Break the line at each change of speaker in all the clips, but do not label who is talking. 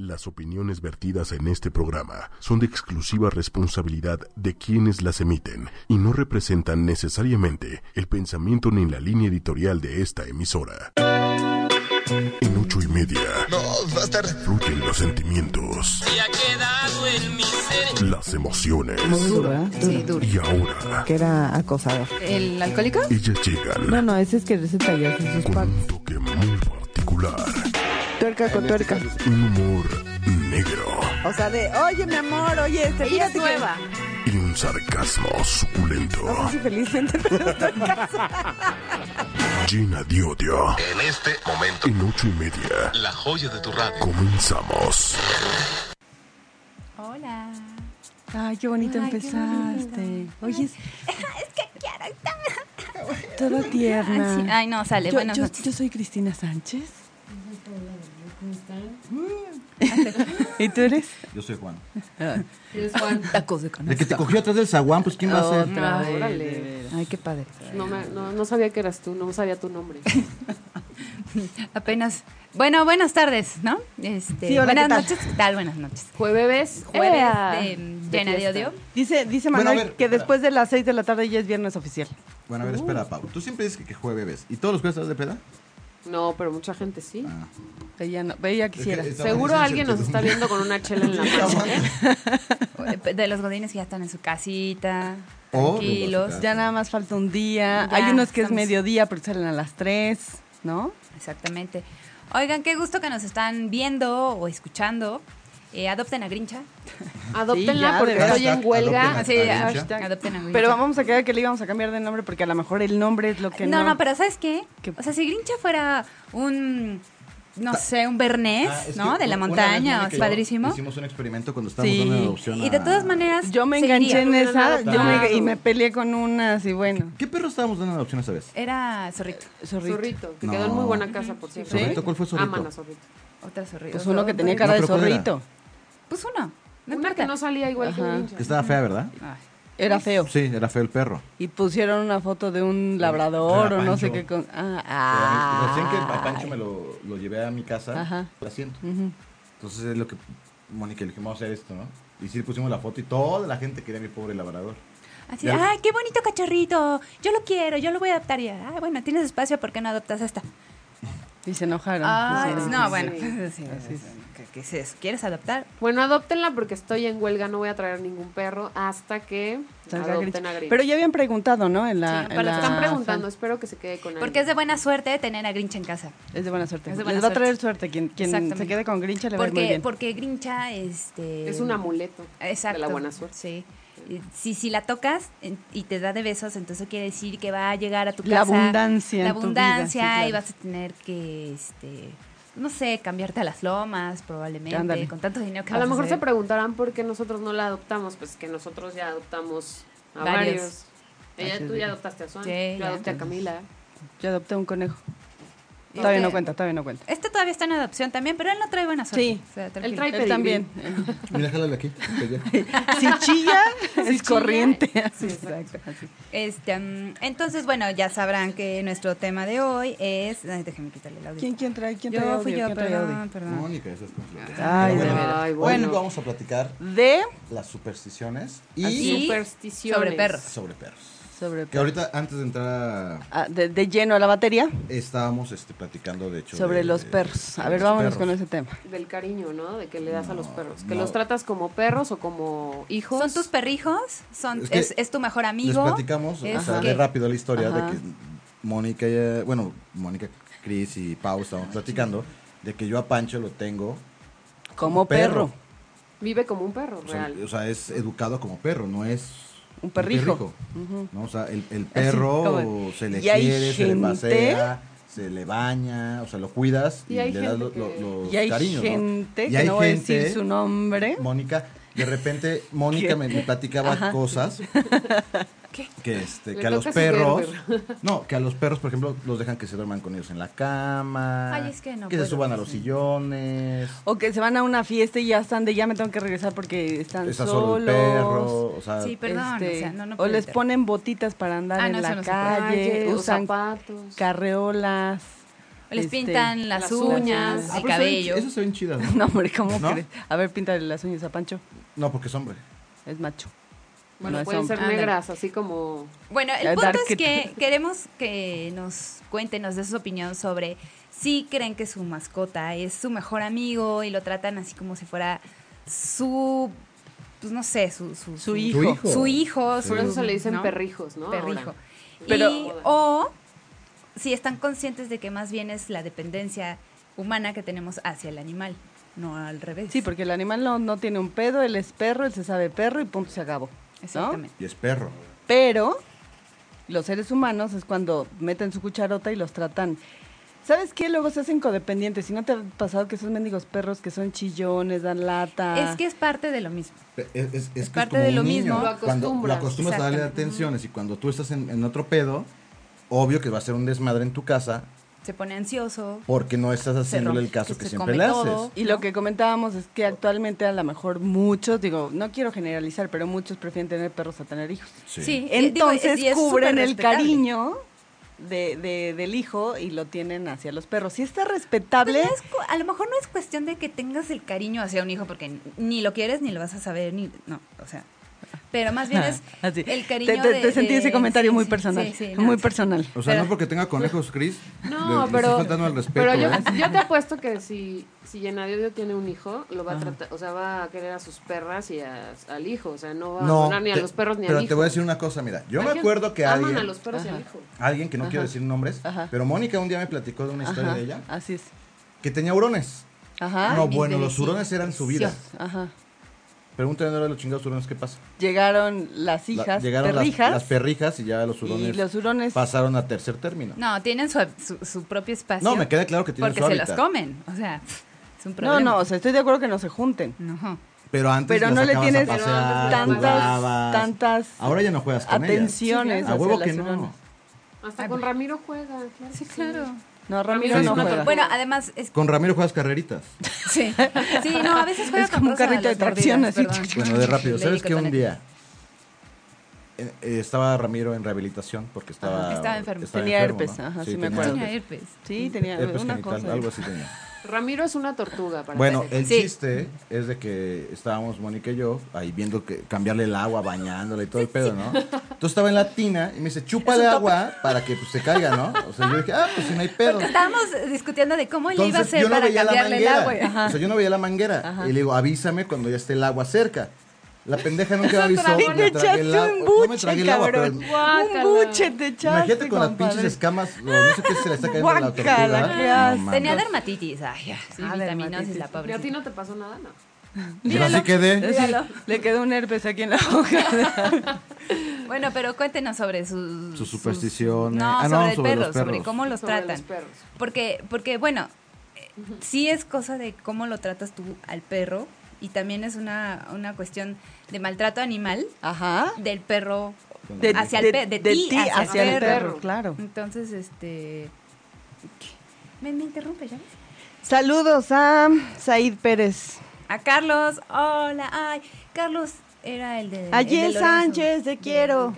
Las opiniones vertidas en este programa son de exclusiva responsabilidad de quienes las emiten y no representan necesariamente el pensamiento ni la línea editorial de esta emisora. En ocho y media
No, va a estar.
fluyen los sentimientos,
ha quedado en mi ser.
las emociones
Muy duro, ¿eh?
Sí, duro.
y ahora
Que era acosador.
¿El alcohólico?
ellas
No,
llegan
no, ese es que se talló en sus
con un
packs.
toque muy particular,
Tuerca con tuerca.
un humor negro
O sea, de, oye, mi amor, oye, este,
Ella
fíjate
es
que-
nueva.
y un sarcasmo suculento.
No sé si felizmente, pero estoy en casa.
Gina Diodio.
En este momento,
En ocho y media
la joya de tu radio.
comenzamos.
Hola.
Ay, qué bonito empezaste. Oye, es toda tierna.
Ay, sí. Ay, no, sale.
Yo-
Buenas
yo,
noches.
yo soy Cristina Sánchez. ¿Y tú eres?
Yo soy Juan.
Eres Juan.
Tacos de conocer.
El que te cogió atrás del zaguán, pues ¿quién va a ser?
Otra vez,
órale.
de veras.
Ay, qué padre.
No, me- no, no sabía que eras tú, no sabía tu nombre.
Apenas. Bueno, buenas tardes, ¿no? Este,
Sí, hola,
buenas
¿qué tal?
noches. ¿Qué tal? Buenas noches.
Jueves,
Jueves
ea,
de mm, llena de
fiesta.
odio.
Dice, dice
Bueno,
Manuel
a ver,
que
espera.
después de las 6 de la tarde ya es viernes oficial.
Bueno, a ver, espera, Pau. Tú siempre dices que, que jueves bebés. ¿Y todos los jueves estás de peda?
No, pero mucha gente sí.
Ah.
Ella, no, ella quisiera.
Es que-
Seguro
Esa
alguien nos está viendo con una chela en la mano. ¿eh?
De los godines que ya están en su casita.
Oh,
O
Tranquilos.
rumbo a
Ya nada más falta un día.
Ya,
Hay unos que
estamos-
es mediodía, pero salen a las 3, ¿no?
Exactamente. Oigan, qué gusto que nos están viendo o escuchando. Eh, adopten a Grincha.
ya,
Adóptenla
de
porque
verdad.
estoy en
Hashtag
huelga.
adopten
Sí,
a Grincha.
hashtag adopten a Grincha.
Pero vamos a quedar que le íbamos a cambiar de nombre porque a lo mejor el nombre es lo que no.
no, no, pero ¿sabes qué?
¿Qué?
O sea, si Grincha fuera un, no sé, un bernés,
Ah, es
¿no?
que
De la
una vez
montaña,
Mónica
es
y yo
padrísimo.
Hicimos un experimento cuando estábamos
Sí.
dando una adopción.
Y de
a-
todas maneas,
Yo me
se
enganché
iría.
en esa
Claro.
yo me- y me peleé con unas y bueno.
¿Qué perro estábamos dando una adopción esa vez?
Era zorrito,
Zorrito.
Zorrito, que
No.
quedó en muy buena casa, por cierto. ¿eh?
¿Zorrito? ¿Cuál fue Zorrito?
Aman a Zorrito.
otra zorrito.
Pues uno que tenía
No,
cara de
pero ¿cuál era?
zorrito.
Pues uno. No
Una que
importa.
no salía igual que
Ajá.
Grincha.
Que estaba fea, ¿verdad?
Ay.
Era feo.
Sí, era feo el perro.
Y pusieron una foto de un labrador
Era
o no
Pancho.
sé qué. Con... Ah,
Pero
ah.
Recién que a Pancho me lo, lo llevé a mi casa,
Ajá.
el asiento.
Ujú.
Entonces es lo que Mónica le dijimos vamos a hacer esto, ¿no? Y sí pusimos la foto y toda la gente quería a mi pobre labrador.
Así,
Ya.
ay, qué bonito cachorrito. Yo lo quiero, yo lo voy a adoptar. Y, ah, bueno, tienes espacio, ¿por qué no adoptas esta?
Y se enojaron.
Ay,
Pusieron-
no, bueno.
Ah,
pues,
Sí, así es.
¿Qué, qué es eso? ¿Quieres adoptar?
Bueno, adóptenla porque estoy en huelga, no voy a traer ningún perro hasta que
Salga
adopten
Grinch.
a Grinch.
Pero ya habían preguntado, ¿no? En la,
Sí,
en
pero
la-
están preguntando, espero que se quede con alguien.
Porque es de buena suerte tener a Grincha en casa.
Es de buena suerte.
Es de buena
Les va a traer
suerte.
suerte. Quien, quien
Exactamente.
se quede con Grincha le va a ir muy
Porque,
bien.
porque Grincha este,
Es un amuleto
Exacto.
de la buena suerte.
Sí. Y Si, si la tocas en- y te da de besos, entonces quiere decir que va a llegar a tu
La
casa.
abundancia
La
en tu vida,
abundancia
sí, claro.
y vas a tener que, este, no sé, cambiarte a las lomas probablemente.
Ándale.
Con tanto dinero que
A lo
vas
mejor se
hacer.
preguntarán por qué nosotros no la adoptamos, pues que nosotros ya adoptamos a
Varios.
varios. Ella,
Así
tú
es.
ya adoptaste a Swan,
Sí,
yo
ya.
adopté a Camila.
Yo adopté un conejo.
Este-
Todavía no cuenta, todavía no cuenta.
Este todavía está en adopción también, pero él no trae buena suerte.
Sí.
O sea,
Él
tranquilo.
trae
Él
pedigrí.
también.
Mira, jálale aquí.
si chilla,
Si
es
chilla,
corriente.
sí, exacto.
así.
Este, mm, entonces, bueno, ya sabrán que nuestro tema de hoy es. ay, déjeme quitarle el audio.
¿Quién, quién trae? ¿Quién
yo
trae audio?
fui yo,
¿Quién trae
perdón,
audio?
perdón.
Mónica, esas cosas.
Ay, de
Pero
veras.
Ay,
Hoy
bueno.
vamos a platicar
De
las supersticiones
¿Ah,
Así.
y
Supersticiones.
sobre perros.
sobre perros.
sobre
Que ahorita, antes de entrar,
Ah, de, de lleno a la batería
estábamos este, platicando, de hecho.
sobre
de-
los
de-
perros. A
de
ver,
los
vámonos con
perros.
ese tema.
Del cariño, ¿no? De que le das a los
No,
perros. Que
no.
los tratas como perros o como hijos.
¿Son tus perrijos? ¿Son,
Es
es,
que
es tu mejor
Les
amigo?
platicamos, o
Es
sea,
que-
de rápido la historia
Ajá.
de que Mónica, eh, bueno, Mónica, Cris y Pau estábamos platicando de que yo a Pancho lo tengo
Como perro.
Vive como un perro,
O sea,
real.
o sea, es educado como perro, no es
Un perrijo.
¿no? O sea, el, el perro
como-
se le
Y hay
quiere, se le
gente-
pasea, se le baña, o sea, lo cuidas y,
Y hay
le das lo-
gente
lo-
que-
los
Y hay
cariños. ¿no?
gente,
Y
que
hay
no voy a
gente,
decir su nombre.
Mónica, de repente Mónica me, me platicaba cosas que este
Le
que a los
toca su
perros
verbo.
no que a los perros por ejemplo los dejan que se duerman con ellos en la cama
Ay, es que no
se
puedo,
suban a
sí.
los sillones
O que se van a una fiesta y ya están de ya me tengo que regresar porque están
está
solos.
solo el perro o sea
Sí, Perdón,
Este,
o sea, no, no
o
puede
les
ser.
ponen botitas para andar
Ah, no,
en
eso
la
no se puede.
calle,
Calle, o
usan
zapatos.
carreolas.
Les
Este,
pintan las,
las
uñas,
uñas.
el
pero se ven
cabello.
chi- Esas se ven chidas, ¿no?
No, hombre, ¿cómo
¿No?
crees? A ver, píntale las uñas a Pancho.
No, porque es hombre.
Es macho.
Bueno,
No es
pueden
hombre.
ser
Ándale.
negras, así como.
Bueno, el
La
punto
dark
es que
que-
queremos que nos cuenten, nos dé su opinión sobre si creen que su mascota es su mejor amigo y lo tratan así como si fuera su, pues no sé, su, su,
Su hijo.
hijo.
Su hijo.
Por
su-
eso se le dicen
¿no?
perrijos, ¿no?
Perrijo.
Ahora.
Pero,
Pero-
o si están conscientes de que más bien es la dependencia humana que tenemos hacia el animal, no al revés.
Sí, porque el animal no, no tiene un pedo, él es perro, él se sabe perro y punto, se acabó. ¿no?
Exactamente.
Y es perro.
Pero los seres humanos es cuando meten su cucharota y los tratan. ¿Sabes qué? Luego se hacen codependientes. Si no te ha pasado que esos mendigos perros que son chillones, dan
Ah.
lata.
Es que es parte de lo mismo.
Es, es- es que es
parte
como
de
un
lo
niño.
mismo. Lo
Cuando lo
acostumbras.
acostumbras a darle
Exactamente.
atenciones y cuando tú estás en, en otro pedo, obvio que va a ser un desmadre en tu casa
Se pone ansioso.
porque no estás haciéndole
rompe,
el caso
que
que,
se
siempre
come
le
todo.
haces.
Y lo que comentábamos es que actualmente a lo mejor muchos, digo, no quiero generalizar, pero muchos prefieren tener perros a tener hijos.
Sí. eh, digo, es-
Entonces
y es
cubren
súper
el
respetable.
cariño de, de- del hijo y lo tienen hacia los perros. Si está respetable,
Pues no es cu- a lo mejor no es cuestión de que tengas el cariño hacia un hijo porque n- ni lo quieres ni lo vas a saber ni no, o sea, pero más bien es
Ah, Así.
el cariño
Te, te-
de-
te sentí
de-
ese comentario
sí,
muy
sí,
personal,
sí, sí, no,
muy
sí.
personal.
O sea,
Pero-
no porque tenga conejos, Chris.
No,
le- le estás
pero.
faltando al respeto.
pero yo,
¿eh?
yo te apuesto que si, si Yenadiodio tiene un hijo, lo va a tratar. O sea, va a querer a sus perras y a- al hijo. O sea, no va a
No,
abandonar ni a
te-
los perros ni
pero
al hijo.
te voy a decir una cosa, mira, yo
Hay
me
quien
acuerdo que
aman
alguien,
a los perros y al hijo.
alguien que no quiero decir nombres,
Ajá.
pero Mónica un día me platicó de una historia
Ajá,
de ella
Así es.
que tenía hurones.
Ajá.
no,
mis
bueno, los
bebecitos
hurones eran su vida.
preciosos.
Ajá.
Pregúntale ahora a los chingados hurones qué pasa.
Llegaron las
La-
hijas,
llegaron las-
perrijas,
Las, perrijas y ya los
y
hurones
los hurones.
pasaron a tercer término.
No, tienen su, su- su propio espacio.
No, me queda claro que tienen
Porque
su
se
hábitat.
los comen, o sea, es un
No,
problema.
no, o sea, estoy de acuerdo que no se junten.
No.
Pero antes
Pero
las
no le
sacabas a
tienes
pasear,
tantas-
jugabas.
tantas
Ahora ya no juegas con
Atenciones.
ellas. A
hacia
huevo
las
que no.
huronas.
Hasta con Ramiro juega. Claro que
Sí,
sí.
claro.
No,
Ramiro
Ramiro
es
no
una
juega.
torpe.
Bueno, además es
Con Ramiro juegas carreritas.
sí. Sí, no, a veces juega
Es
con
como un
cosas a
carrito de
las
tracción,
mordidas,
así.
perdón.
Bueno, de rápido.
Le
¿Sabes
di
que un
cotonete.
día eh, eh, estaba Ramiro en rehabilitación porque estaba,
Ajá. Estaba enfermo.
Tenía
enfermo,
herpes,
¿no?
ajá, sí me
tenía
acuerdo.
Tenía
herpes.
herpes.
Sí, tenía
Herpes
una
genital,
cosa.
algo así tenía.
Ramiro es una tortuga para
Bueno,
que sepas.
el
Sí.
chiste es de que estábamos Mónica y yo ahí viendo que cambiarle el agua, bañándola y todo el pedo, ¿no? Entonces estaba en la tina y me dice, chúpale agua para que pues, se caiga, ¿no? O sea, yo dije, ah, pues si no hay pedo.
Porque estábamos discutiendo de cómo le iba a
Entonces,
hacer
yo no
para
veía la
cambiarle el
manguera.
agua. Ajá.
O sea, yo no veía la manguera. Y le digo, avísame cuando ya esté el agua cerca. La pendeja nunca avisó.
tragón.
me
Te
tragué
echaste
el agua-
un
no me
buche,
tragué el agua, pero
cabrón.
Guácala.
Un buche te echaste,
imagínate con las
compadre.
pinches escamas, o no sé qué se le está cayendo a la tortuga.
Guácala, qué asco.
No, mames.
Tenía dermatitis, ay, ya, sí,
Ah,
vitaminosis,
dermatitis.
la
¿Y
pobre.
a ti no te pasó nada? No.
Yo así quedé.
Dígalo.
Le quedó un herpes aquí en la boca.
Bueno, pero cuéntenos sobre sus...
Sus supersticiones.
No,
Ah, no,
sobre el
sobre
perro,
los
sobre
perros.
cómo los
Sobre
tratan.
los perros.
Porque, porque bueno, eh, sí es cosa de cómo lo tratas tú al perro y también es una, una cuestión de maltrato animal
Ajá.
del perro
De-
hacia el
de-
perro, de,
de
ti hacia, el perro.
perro.
claro.
Entonces, este... ¿qué? Me, me interrumpe, ¿ya ves?
Saludos a Said Pérez.
A Carlos, hola, ay, Carlos era el de...
A
el de
Jess
Lorenzo.
Sánchez, te quiero.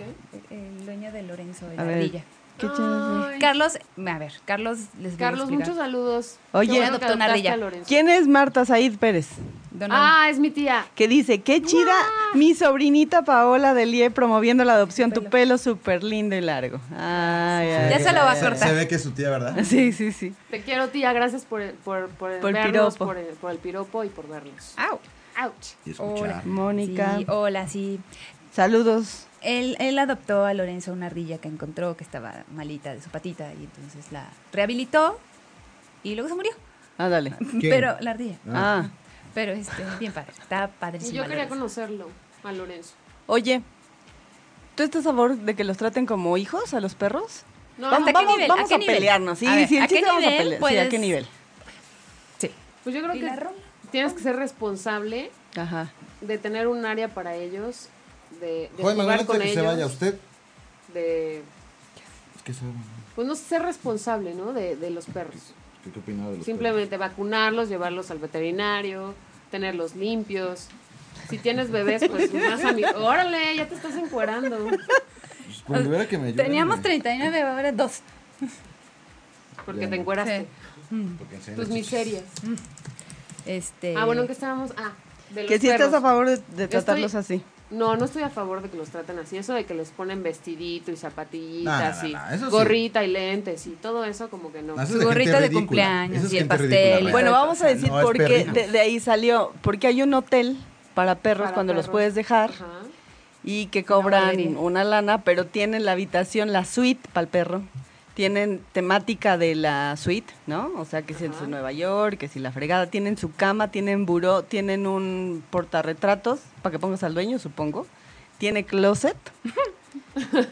El dueño de Lorenzo, de
A
la
ver.
ardilla.
Qué
Ah.
chévere.
Ay,
Carlos, a ver, Carlos les voy a
Carlos,
explicar.
muchos saludos.
Oye,
Qué bueno
adoptó
que
una
adoptaste
ardilla.
a Lorenzo.
¿Quién es Marta Said Pérez?
Donan-
Ah, es mi tía.
Que dice, qué chida
Ah.
mi sobrinita Paola de Lie promoviendo la adopción. Tu pelo súper lindo y largo. Ay, ay,
Ya
ay,
se lo va a
ay.
cortar.
Se ve que es su tía, ¿verdad?
Sí, sí, sí.
Te quiero, tía. Gracias por, por, por,
Por el
vernos,
piropo.
por el, por el piropo y por vernos.
Au.
Ouch.
Y escuchar.
Mónica.
Sí, hola, sí.
Saludos.
Él, él adoptó a Lorenzo una ardilla que encontró que estaba malita de su patita y entonces la rehabilitó y luego se murió.
Ah, dale.
¿Quién?
Pero la ardilla.
Ah.
Pero este, bien padre. Está
Y
padrísimo.
yo quería
Lorenzo.
conocerlo, a Lorenzo.
Oye, ¿tú estás a favor de que los traten como hijos a los perros?
No,
¿Hasta qué nivel? ¿A
Vamos
qué
a
nivel?
pelearnos. Sí,
A ver,
sí, el
¿a qué
chiste vamos a
nivel Pues,
pelear. Sí,
puedes-
¿a qué nivel?
Sí.
Pues yo creo
¿Y la
que
rola?
tienes que ser responsable
Ajá.
de tener un área para ellos, de, de
Joder, Manuel,
jugar
antes
con
de que
ellos,
se vaya usted.
de
Es que se va.
pues no sé, ser responsable, ¿no? De, de los perros.
¿Qué, qué opinaba de los
Simplemente vacunarlos, llevarlos al veterinario, tenerlos limpios. Si tienes bebés, pues más a mi... Órale, ya te estás encuerando.
perros? Pues, cuando hubiera que me ayuden,
Teníamos
me-
39, ahora dos.
Porque
Ya
te
no.
encueraste.
Sí.
Porque enseñan
Tus
las chichis.
miserias.
Este,
Ah, bueno, que estábamos. Ah, de los
Que si
perros.
estás a favor de, de
Yo
tratarlos
estoy-
así.
No, no estoy a favor de que los traten así. Eso de que les ponen vestidito y zapatillitas
No, no,
y
no, no, eso sí.
gorrita y lentes y todo eso, como que no.
No, eso es
Su
gente
gorrito de
ridícula.
cumpleaños
Eso es
y el
gente
pastel.
ridícula, la
Bueno,
neta.
vamos a decir
No, es
por qué
perrísimo.
de, de ahí salió. Porque hay un hotel para perros
Para
cuando los
perros.
puedes dejar
Ajá.
y que
guardería.
cobran una lana, pero tienen la habitación, la suite para el perro. Tienen temática de la suite, ¿no? O sea, que si es
Ajá.
en Nueva York, que si la fregada. Tienen su cama, tienen buró, tienen un portarretratos para que pongas al dueño, supongo. Tiene closet.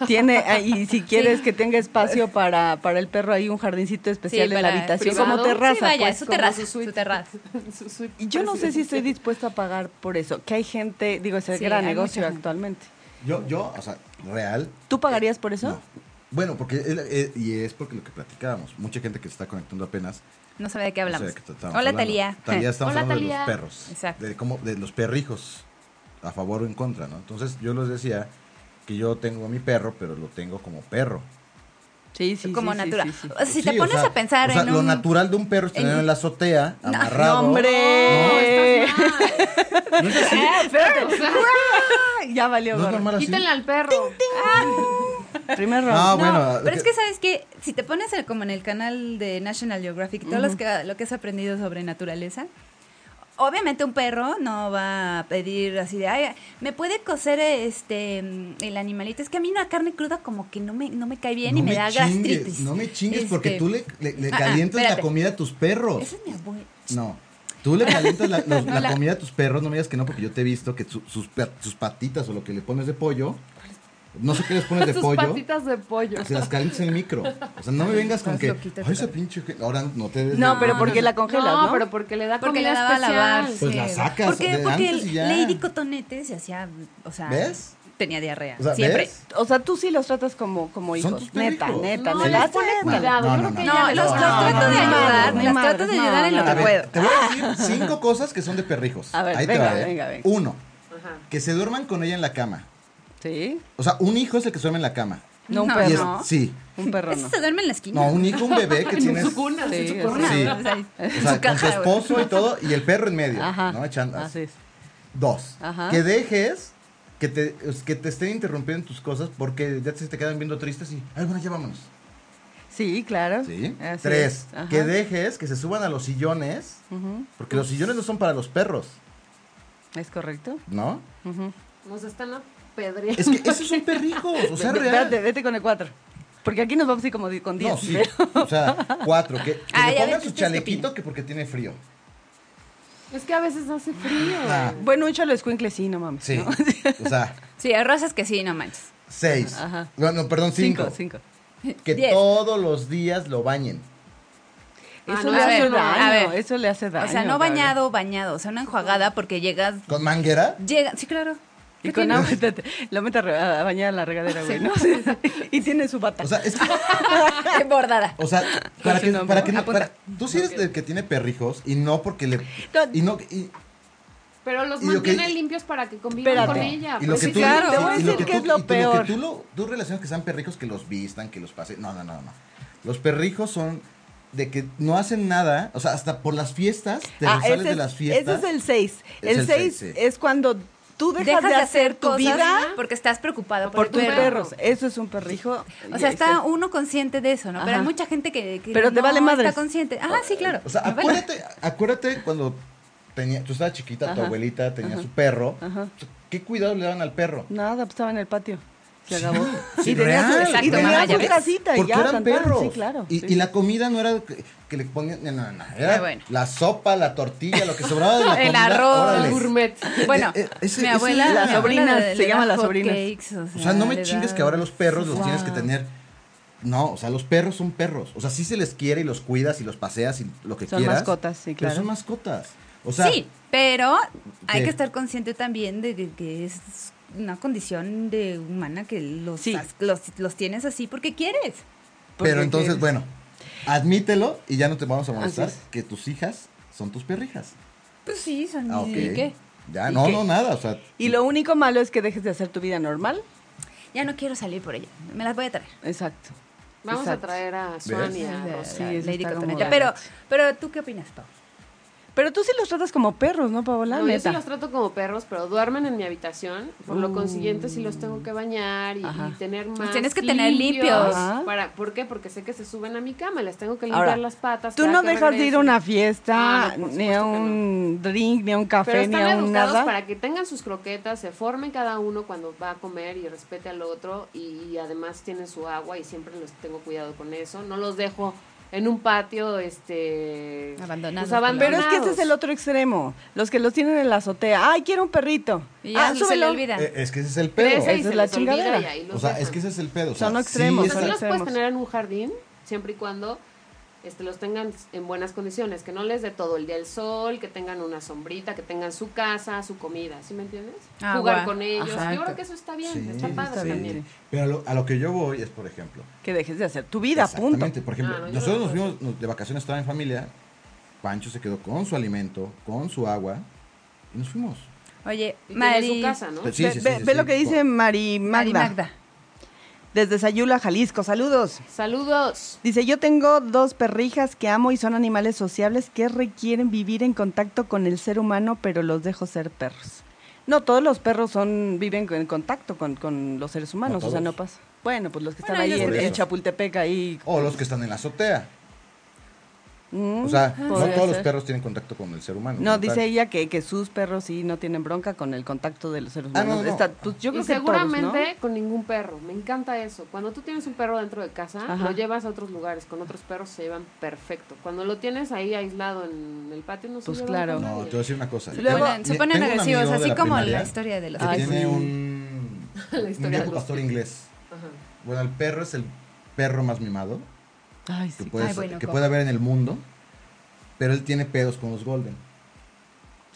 tiene ah, Y si quieres que tenga espacio para, para el perro, hay un jardincito
sí,
especial en la
para
habitación,
privado.
como terraza.
Sí, vaya,
pues.
su
como
terraza,
su
su,
suite.
terraza.
Su suite
Y yo no sé si estoy
presidencial.
dispuesta a pagar por eso. Que hay gente, digo, es el
Sí,
gran
hay
negocio
mucha gente.
actualmente.
Yo, yo, o sea, real.
¿Tú pagarías por eso?
no. Bueno, porque es la- eh, y es porque lo que platicábamos. Mucha gente que se está conectando apenas.
No sabe de qué hablamos.
no sé de qué estamos
Hola,
hablando.
Talía.
Talía estamos
Hola,
hablando
Talía.
de los perros.
Exacto.
De, cómo- de los perrijos. A favor o en contra, ¿no? Entonces yo les decía que yo tengo a mi perro, pero lo tengo como perro.
Sí, sí.
como
sí, sí,
natural.
sí, sí.
O sea, si te
Sí, o
pones
sea,
a pensar
o sea,
en
lo
un-
natural de un perro es tenerlo en la azotea, amarrado.
No,
No,
hombre.
estás mal.
Espérate.
O sea,
ya valió
No es
gorro.
normal así.
quítenle al perro.
Primer round.
Ah,
No,
bueno.
pero es que sabes que si te pones el- como en el canal de National Geographic, todo los que, lo que has aprendido sobre naturaleza, obviamente un perro no va a pedir así de, ay, me puede coser este mm, el animalito. Es que a mí una carne cruda como que no me, no me cae bien
no
y me, da
chingues,
gastritis.
No me chingues porque
Este,
tú le, le- le
Ah, ah,
calientas la
espérate.
comida a tus perros.
Esa es mi abuela.
No. Tú le calientas la, los-
No,
la
la-
comida a tus perros, no me digas que no, porque yo te he visto que su- sus, pa- sus patitas o lo que le pones de pollo, no sé qué les pones de
Sus
pollo,
patitas de pollo.
se las calientas en el micro. O sea, no me vengas con
Estás
que,
loquita,
ay, esa
total.
pinche... que-". Ahora no te des
No,
de-
pero porque la congelas,
no,
¿no?
pero porque le da
Porque
comida
le daba a
especial.
lavar.
Pues la sacas
Porque,
de
porque
antes y ya.
Lady Cotonete se hacía, o sea,
¿Ves?
tenía diarrea.
O sea,
siempre.
¿ves?
O sea, tú sí los tratas como, como
Son
hijos.
tus
Neta,
perrijos.
neta.
No,
le
les
das
pones
neta.
cuidado.
No,
Yo
no,
creo que
no.
ella
No,
les
los, los
pone
no,
trato de
no, no,
ayudar,
no,
las
no,
trato de
no,
ayudar en
no,
lo que
A ver,
puedo.
Te voy a decir cinco cosas que son de perrijos.
A ver,
Ahí
venga,
te va, ¿eh?
venga, venga.
Uno,
Ajá.
que se duerman con ella en la cama.
Sí.
O sea, un hijo es el que se duerme en la cama.
No, un
No.
Y
perro.
es-
No.
sí.
Un perro
Ese
no.
se duerme en la esquina.
No, un hijo, un bebé que
En
Pues, tienes...
su cuna.
Sí,
en su
sí.
cuna.
Sí.
O sea,
O
en
sea,
su
con su
caja, güey.
esposo y todo, y el perro en medio,
Ajá.
¿no? Echando.
Así es.
Dos.
Ajá.
Que dejes que te, que te estén interrumpiendo tus cosas porque ya se te quedan viendo tristes y, ay, bueno, ya vámonos.
Sí, claro.
¿Sí?
Así
Tres.
es. Ajá.
Que dejes que se suban a los sillones
Ujú,
porque los sillones no son para los perros,
Es correcto.
¿no?
Ujú.
Nos están apedreando.
Es que esos son perrijos, o sea,
Ve- Vete,
real.
vete con el cuatro. Porque aquí nos vamos así como di- con diez. Ah,
No, sí. O sea, cuatro. Que, que
Ay,
le
a ver,
pongan su
¿ustedes qué
chalequito que porque tiene frío.
Es que a veces hace frío.
Ah,
Bueno, un chalo escuincle sí, no mames.
Sí.
¿no?
O sea,
Sí, hay rosas que sí, no manches.
seis.
Ajá.
No, no, perdón, cinco.
Cinco, cinco.
Que
Diez.
todos los días lo bañen.
Ah,
Eso
no,
le
a
hace
ver, no, a
daño,
ver.
eso le hace daño.
o sea, no
Gabriel.
bañado, bañado. O sea, una enjuagada porque llegas.
¿Con manguera?
Llega, sí, claro.
Y
¿Qué
con
pues tiene?
agua, te- te- lo mete a, re- a bañar a la regadera, güey, ¿no? y tiene su bata.
O sea, es que,
Bordada.
o sea, para
su
que,
nombre.
para que no,
Apunta.
para- tú sí eres del que tiene perrijos y no porque le
No.
y no y,
Pero los
Y lo que-
mantiene limpios para que convivan
Espérate.
con ella.
y lo
pues
que
sí,
tú
claro.
y-
Te voy a
y
decir que es lo
y
peor.
que tú lo, tú relacionas que sean perrijos que los vistan, que los pasen. No, no, no, no. Los perrijos son de que no hacen nada, o sea, hasta por las fiestas, te
Ah,
sales
ese
de
es-
las fiestas.
Ese es el 6.
Es
El 6
el seis, sí.
es cuando tú dejas,
Dejas
de hacer tu
cosas
vida
porque estás preocupado
por
por, tu
tus
perro.
perros. Eso es un perrijo.
O sea,
y-
está uno consciente de eso, ¿no? Pero
Ajá.
hay mucha gente que, que
Pero te
no
vale madres.
está consciente. Ah, sí, claro.
O sea,
Me vale.
acuérdate, acuérdate cuando tenía, tú estabas chiquita, tu
Ajá.
abuelita tenía su perro.
Ajá.
¿Qué cuidado le daban al perro?
Nada, pues estaba en el patio. Se acabó.
Sí,
y tenía su,
real.
y
Exacto,
tenía
mamá, ya
su
ves.
casita. y
Porque
ya,
eran
tan, tan.
perros.
Sí, claro.
Y,
sí.
y la comida no era que, que le ponían. No, no, no. Era
Ah, bueno.
la sopa, la tortilla, lo que sobraba de la
El
comida.
arroz.
órale.
Gourmet.
Bueno,
Eh, eh, ese-
mi
ese-
abuela.
la
mi abuela
sobrina,
le-
se
le
llama
da
la
hot
sobrina.
cakes,
O sea, no me
le
chingues
da-
que ahora los perros los tienes que
Wow.
tener. No, o sea, los perros son perros. O sea, sí se les quiere y los cuidas y los paseas y lo que
Son
quieras.
mascotas, sí,
Pero
claro.
son mascotas. O sea,
sí, pero hay
¿Qué?
que estar consciente también de que, que es una condición de humana que los,
Sí.
as- los, los tienes así porque quieres.
Porque
pero entonces,
quieres.
bueno, admítelo y ya no te vamos a molestar
Así es.
que tus hijas son tus perrijas.
Pues sí, son
Ah, ok.
¿y qué?
Ya,
¿Y
no,
qué?
no, nada. O sea,
Y lo único malo es que dejes de hacer tu vida normal.
Ya no quiero salir por ella, me las voy a traer.
Exacto.
Vamos
Exacto.
a traer a Swan y a
¿Ves?
Rosa.
Sí, eso
Lady
está como
Cotoneta.
de-
Pero, pero tú qué opinas, Pau?
Pero tú sí los tratas como perros, ¿no, Paola?
No, yo
Neta.
sí los trato como perros, pero duermen en mi habitación. Por lo
Uh.
consiguiente, sí los tengo que bañar y,
Ajá.
y tener más.
tienes que tener limpios.
Ajá.
Para, ¿Por qué? Porque sé que se suben a mi cama, les tengo que limpiar
Ahora,
las patas.
Tú
cada
no
que
dejas de ir a una
regresen.
fiesta,
Ah, no, por
ni a
supuesto que no.
un drink, ni a un café,
Pero
ni a
están
un
educados
nada.
para que tengan sus croquetas, se formen cada uno cuando va a comer y respete al otro y, además tienen su agua y siempre los tengo cuidado con eso. No los dejo en un patio, este,
Abandonados,
pues,
Pero es
abandonados.
que ese es el otro extremo. Los que los tienen en la azotea. ¡Ay, quiero un perrito!
Y ya
ah,
se le
súbelo.
olvida.
Eh, es que ese es el pedo.
Crece y
Esa
se
es la
les olvida
chingadera.
y ahí los
O sea,
dejan.
es que ese es el pedo. O sea,
Son
sí
extremos,
es
O sea, sí
el-
los puedes
Extremos.
tener en un jardín, siempre y cuando este, los tengan en buenas condiciones, que no les dé todo el día el sol, que tengan una sombrita, que tengan su casa, su comida, ¿sí me entiendes?
Agua.
Jugar con ellos. Yo
Ah, Exacto.
creo que eso está bien,
Sí,
está padre
está bien,
también.
sí.
Pero a lo, a lo que yo voy es, por ejemplo,
Que dejes de hacer tu vida, punto.
Exactamente. Por ejemplo,
Ah, no, yo
nosotros
no
nos
puedo.
fuimos nos- de vacaciones, estaba en familia. Pancho se quedó con su alimento, con su agua y nos fuimos.
Oye,
Y
Mari,
tiene su casa, ¿no?
Pues
ve ve- ve lo que dice Mari
Mari
Magda,
Magda.
desde Sayula, Jalisco. Saludos.
Saludos.
Dice, yo tengo dos perrijas que amo y son animales sociables que requieren vivir en contacto con el ser humano, pero los dejo ser perros. No, todos los perros son viven en contacto con, con los seres humanos,
No
o sea, no
todos.
pasa. Bueno, pues los que están
Bueno,
ahí
ellos
en,
por
en
eso.
Chapultepec, ahí...
O los que están en la azotea.
Mm,
O sea, no
podría
todos los
ser.
perros tienen contacto con el ser humano.
No,
como tal.
dice ella que, que sus perros sí no tienen bronca con el contacto de los seres
Ah,
humanos.
no, no.
Está- pues, yo
Y
creo que
seguramente
todos, ¿no?
con ningún perro. Me encanta eso. Cuando tú tienes un perro dentro de casa,
Ajá.
lo llevas a otros lugares. Con otros perros se llevan perfecto. Cuando lo tienes ahí aislado en el patio, no se
Pues
llevan
claro.
con
No, te
nadie.
voy a decir una cosa.
Se Luego-
ponen- se
Mi-
ponen
tengo un
agresivos,
amigo de
así como
primaria
la historia de los
que
Ay,
tiene
sí.
un,
La
un
historia de
viejo
los-
pastor inglés.
Ajá.
Bueno, el perro es el perro más mimado
Ay,
que,
sí.
puedes-
Ay, bueno,
que
¿cómo?
puede haber en el mundo, pero él tiene pedos con los golden.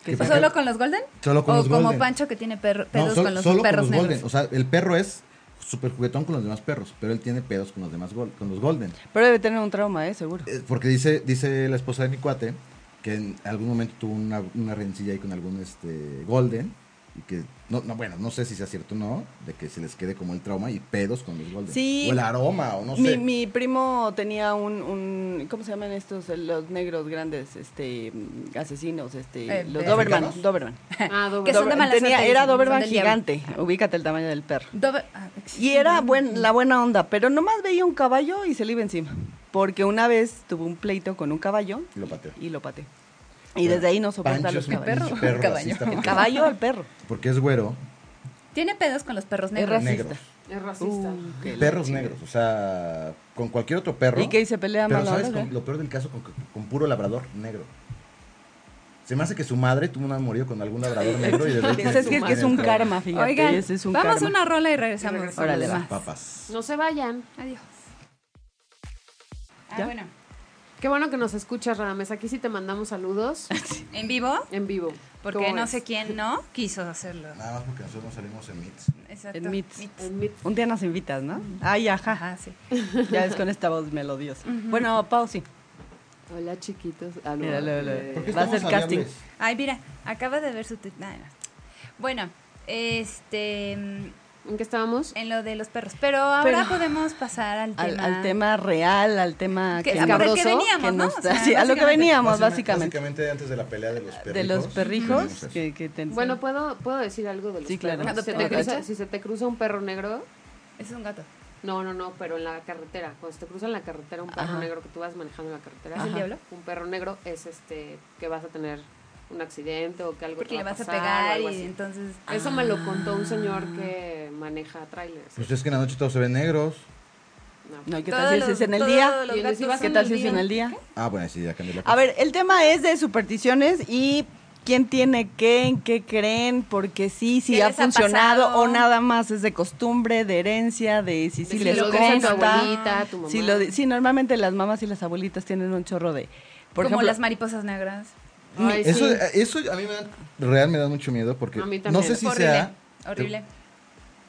Que
que
sí.
¿Solo con los Golden?
Solo con
o
los
como
Golden.
Pancho que tiene perro-
No,
pedos
sol-
con los
solo
perros
con los
negros.
golden. O sea, el perro es súper juguetón con los demás perros, pero él tiene pedos con los demás gol- con los golden.
Pero debe tener un trauma, ¿eh? Seguro.
Eh, Porque dice, dice la esposa de mi cuate que en algún momento tuvo una, una rencilla ahí con algún este golden y que no, no, bueno, no sé si sea cierto o no, de que se les quede como el trauma y pedos con los golden.
Sí.
O el aroma, o no
mi,
sé.
mi primo tenía un, un- ¿cómo se llaman estos? Eh, Los negros grandes, este, mm, asesinos, este,
Eh,
los
eh,
Doberman,
¿mexicanos?
Doberman.
Ah, doble.
Que son
Dober-
de mala
tenía-
suerte,
Era
dicen,
Doberman
son del diablo.
gigante, ubícate el tamaño del perro.
Dober- ah,
Y era buen, la buena onda, pero nomás veía un caballo y se le iba encima. Porque una vez tuvo un pleito con un caballo
Y lo pateó.
y lo pateó. Y desde ahí no soporta a
Pancho
los
es un
caballos.
pinche
Perro.
racista
Caballo.
porque-
El caballo al perro.
Porque es güero,
Tiene pedos con los perros negros.
racista.
negros.
Es racista.
Uh, que la
Perros
chingada.
negros, o sea, con cualquier otro perro.
Y que ahí se pelea
Pero
mal
¿sabes
ahora,
con-
¿eh?
lo peor del caso? Con, con puro labrador negro. Se me hace que su madre tuvo un amorío con algún labrador negro y de
Pues Es, es que es un karma, fíjate.
Oigan,
ese es un
vamos
karma.
a una rola y regresamos.
Y regresamos.
Órale, va.
Más.
Papas.
No se vayan.
Adiós. Ah,
¿Ya?
bueno.
Qué bueno que nos escuchas, Radames. Aquí sí te mandamos saludos
En vivo,
en vivo.
porque
¿Cómo
no
ves?
sé quién no quiso hacerlo.
Nada más porque nosotros no salimos en Meets.
Eh,
Exacto.
En Meets.
En mi-
Un día nos invitas, ¿no? Ay, ajá.
Ajá, sí.
Ya es con esta voz melodiosa. Bueno, Pau, sí.
Hola, chiquitos. Ah, no,
Mira, lo- lo-
eh,
Va a ser casting.
Ay, mira, acaba de ver su tweet. Nada, nada. Bueno, este mm,
¿En qué estábamos?
en lo de los perros, pero ahora
Pero-
podemos pasar al,
Al,
tema.
al tema real, al tema
Que-
que,
a por el que
escabroso,
veníamos, ¿no?
nos
O sea,
trae- a lo que
básicamente.
veníamos, básicamente.
Básicamente antes de la pelea de los perrijos.
De los perrijos
Ujú.
que, que ten-
Bueno, ¿puedo, ¿puedo decir algo de los
Sí, claro.
perros? Si, se te
Ok.
cruza, si se te cruza un perro negro,
Es un gato.
no, no, no, pero en la carretera. Cuando se te cruza en la carretera un perro
Ajá.
negro que tú vas manejando en la carretera.
¿Es el diablo?
Un perro negro es este que vas a tener un accidente o que algo
Porque
te
le
va
vas a
pasar o
pegar
algo
y Ah.
así.
entonces.
Ah,
Eso me lo contó un señor que maneja trailers.
Pues es que en la noche todos se ven negros.
No.
no, ¿qué
Todos
tal si es
los-
en el
todos
día?
los
¿Y en el si
gatos
vas
¿Qué
son
tal si
del
es en
día?
el día?
Ah, bueno, sí, ya cambié la
A ver, el tema es de supersticiones y quién tiene qué, en qué creen, porque sí, si
¿Qué
ha
les ha
funcionado
pasado?
o nada más es de costumbre, de herencia, de si sí
si
les
lo
dice
dicen tu
consta.
abuelita, tu mamá.
Sí, lo di- sí, normalmente las mamás y las abuelitas tienen un chorro de... Por
como
ejemplo,
las mariposas negras.
Ay, sí.
Eso, eh, eso a mí me da, real me da mucho miedo porque
A mí
no
también.
sé si
horrible.
sea
horrible.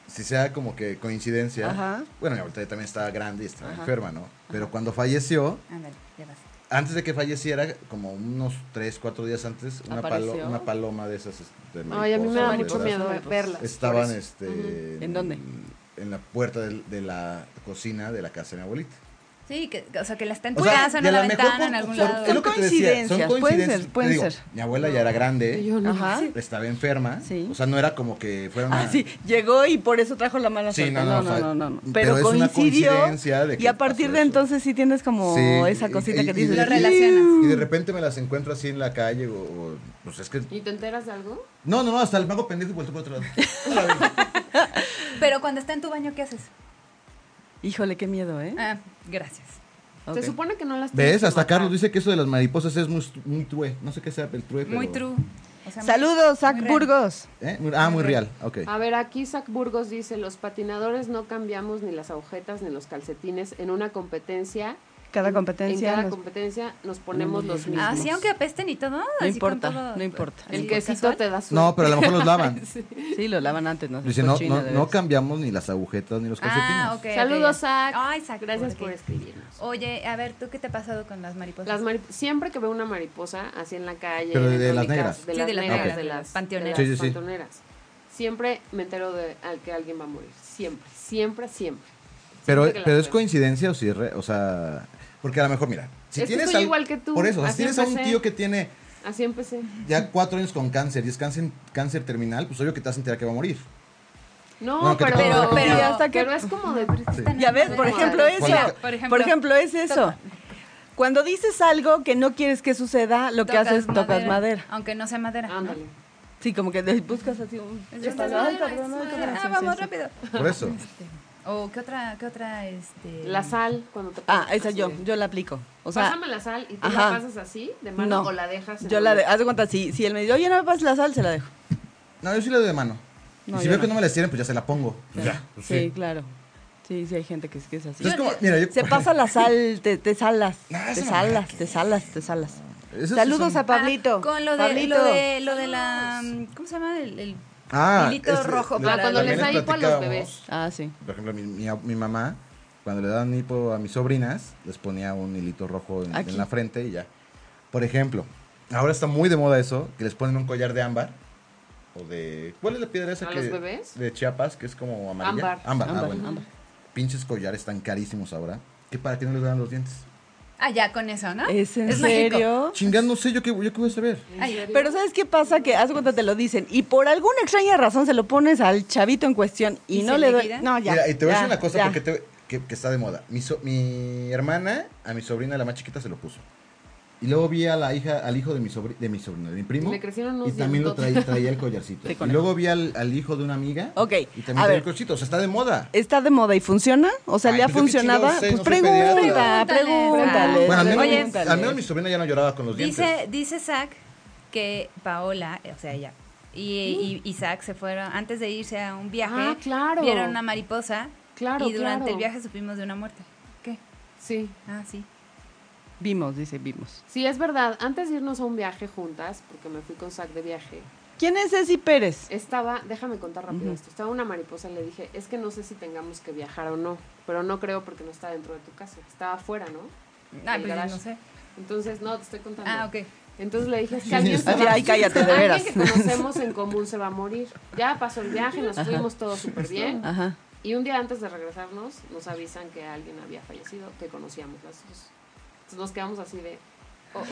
si sea como que coincidencia.
Ajá.
Bueno, mi abuelita también estaba grande y estaba enferma, ¿no? Pero cuando falleció,
Ándale, ya vas.
antes de que falleciera, como unos 3, 4 días antes, una, palo-
Apareció.
una paloma de esas. este, De
Ay, a mí me da
mariposas,
mucho
de esas,
miedo
mariposas.
verlas.
Estaban
por eso.
este,
Ujú.
¿En dónde?
En la puerta del- de, la cocina de la casa de mi abuelita.
Sí, que, o sea, que la están
O
tu
sea,
casa, en
y a
una
lo mejor
ventana,
por-
en algún
por-
lado.
es lo que te decía,
coincidencias,
son
pueden ser,
coincidencias. Te
pueden
digo,
ser.
Mi abuela ya era grande,
Yo no.
Ajá.
estaba enferma.
Sí.
O sea, no era como que fuera una.
Ah, sí, llegó y por eso trajo la mala
Sí,
suerte.
no,
No,
no,
no,
o sea,
no, no, no.
pero
Pero,
es una
coincidió.
coincidencia de
y
que
a partir
pasó
de
eso.
entonces sí tienes como
Sí,
esa
y-
cosita
y-
que
y-
dices.
Lo
y-
relacionas.
Y de repente me las encuentro así en la calle, o, o- pues es que.
¿Y te enteras de algo?
No, no, no, hasta el mago pendejo y vuelto por otro lado.
Pero cuando está en tu baño, ¿qué haces?
Híjole, qué miedo, ¿eh?
Ah, gracias.
Ok.
Se supone que no las tienes
¿Ves?
que
Hasta
matar.
Carlos dice que eso de las mariposas es muy, muy true. No sé qué sea el true, pero.
Muy true. O sea,
Saludos, Zach
pues, muy real.
Burgos.
¿Eh? Muy- Ah, muy real. Ok.
A ver, aquí Zach Burgos dice, los patinadores no cambiamos ni las agujetas ni los calcetines en una competencia.
Cada
En-
competencia
En cada
nos-
competencia nos ponemos los mismos.
Ah, sí, aunque apesten y todo.
No
así
importa,
con todo-
no importa.
El
así
quesito
casual.
te da su...
No, pero a lo mejor los lavan.
Sí, lo lavan antes, ¿no?
Dice,
Es
no,
cochina,
no,
de
no
veras.
cambiamos ni las agujetas ni los calcetines.
Ah, ok. ok,
Saludos,
ya.
Zach.
Ay, Zach.
Gracias por
porque-
escribirnos.
Oye, a ver, ¿tú qué te ha pasado con las
Pues
mariposas?
Las marip- Siempre que veo una mariposa así en la calle...
Pero de
dentro
las
mi casa-
negras.
De
Sí,
las
de las
negras,
negras,
de las
panteoneras.
de las
Sí, sí, sí.
panteoneras. Siempre me entero de al que alguien va a morir. Siempre, siempre, siempre.
Pero,
Siempre que las
pero es
veo.
coincidencia o si es re- o sea, porque a lo mejor, mira, si
Es que
tienes
estoy
al-
igual que tú,
Por eso, o sea, si
así
tienes a un
empecé.
tío que tiene
Así empecé.
ya cuatro años con cáncer y es cáncer, cáncer terminal, pues obvio que te vas a enterar que va a morir.
No,
Bueno, que te
pero,
pongan
pero,
la
pero,
comida. Hasta que-
es como de...
Tan-
Ya ves, por
Como
ejemplo,
de-
eso.
Cuando-
Por ejemplo,
por ejemplo,
es eso. Cuando dices algo que no quieres que suceda, lo que
Tocas
haces es tocas madera.
Aunque no sea madera. ¿no?
Ándale.
Sí, como que de- buscas así un...
Es
Ay,
de estas
cabrón, ay,
maderas,
cabrón, ay,
madera.
cabrón.
Ah,
Sí, sí,
vamos
sí.
rápido.
Por eso.
O qué otra, qué otra, este.
La sal cuando te
Ah,
pones
esa
así
yo,
de-
yo la aplico. O sea,
Pásame la sal y tú
ajá.
la pasas así de mano
No.
o la dejas. en
yo
el-
la... De, haz de cuenta, si, si él me dice, oye, no me pases la sal, se la dejo.
No, yo sí le doy de mano.
No,
y si
yo
veo
no.
que no me la estiren, pues ya se la pongo. Pues
Claro.
ya, pues
sí.
sí.
claro. Sí, sí, hay gente que es, que es así.
Entonces, como, mira, yo-
Se pasa la sal, te, te salas,
No,
te
eso no
salas, te salas, te salas.
Esos sí
Saludos
son-
a Pablito.
Ah, con lo de,
Pablito.
lo de, lo de la, mm, ¿cómo se llama? El, el
Ah,
hilito
es-
rojo.
le-
Ah, cuando
también
les da hipo a los
platicábamos,
bebés.
Ah, sí.
Por ejemplo, mi, mi, mi mamá, cuando le daban hipo a mis sobrinas, les ponía un hilito rojo en,
Aquí.
en la frente y ya. Por ejemplo, ahora está muy de moda eso, que les ponen un collar de ámbar. O de. ¿Cuál es la piedra esa
¿A
que.
los bebés?
De Chiapas, que es como amarilla.
Ámbar.
Ámbar. ah,
Ámbar,
bueno.
ámbar.
Pinches collares tan carísimos ahora. Que para qué no les dan los dientes.
Ah, ya, con eso, ¿no?
¿Es en
mágico.
Oh,
serio?
Chingando,
pues.
no sé yo qué, yo qué voy a saber.
Ay,
Pero ¿sabes qué pasa? Que haz de cuenta te lo dicen y por alguna extraña razón se lo pones al chavito en cuestión y,
¿Y
no
se
le
le
doy...
quita?
No, ya.
Mira, y te voy a
ya,
decir una cosa
ya.
porque te- que, que está de moda. Mi, so- mi hermana a mi sobrina, la más chiquita, se lo puso. Y luego vi a la hija, al hijo de mi, sobri- de mi sobrino, de mi primo.
Le crecieron unos
y también lo traía,
dientotes.
traía el collarcito.
Te
y
conecto.
luego vi al, al hijo de una amiga.
Ok,
Y también
a
traía
ver. Eh,
el collarcito. O sea, está de moda.
¿Está de moda y funciona? O sea,
Ay,
¿le ha
pues yo qué chingado
funcionado?
sé,
Pues
no soy
pregunta,
pediatra.
pregúntale.
Pregúntale.
Bueno, al menos,
Oye,
mi, al menos mi sobrina ya no lloraba con los dientes.
Dice, dice Zach que Paola, o sea, ella y, y, y Zach se fueron, antes de irse a un viaje,
Mm. Ah, claro.
vieron una mariposa
Claro,
y durante
claro.
el viaje supimos de una muerte. ¿Qué?
Sí.
Ah, sí.
Vimos, dice, vimos.
Sí, es verdad. Antes de irnos a un viaje juntas, porque me fui con Zach de viaje,
¿Quién es Ceci Pérez?
estaba, déjame contar rápido
Ujú.
esto, estaba una mariposa y le dije, es que no sé si tengamos que viajar o no, pero no creo porque no está dentro de tu casa, estaba afuera, ¿no?
Ah,
Del
pues
garage.
no sé.
Entonces, no, te estoy contando.
Ah, ok.
Entonces le dije, es que alguien se
Ay,
va-
ay, cállate, de
alguien
veras.
que conocemos en común se va a morir. Ya pasó el viaje, nos fuimos todos súper bien.
Ajá.
Y un día antes de regresarnos, nos avisan que alguien había fallecido, que conocíamos las dos. Entonces nos quedamos así de, oh, oh.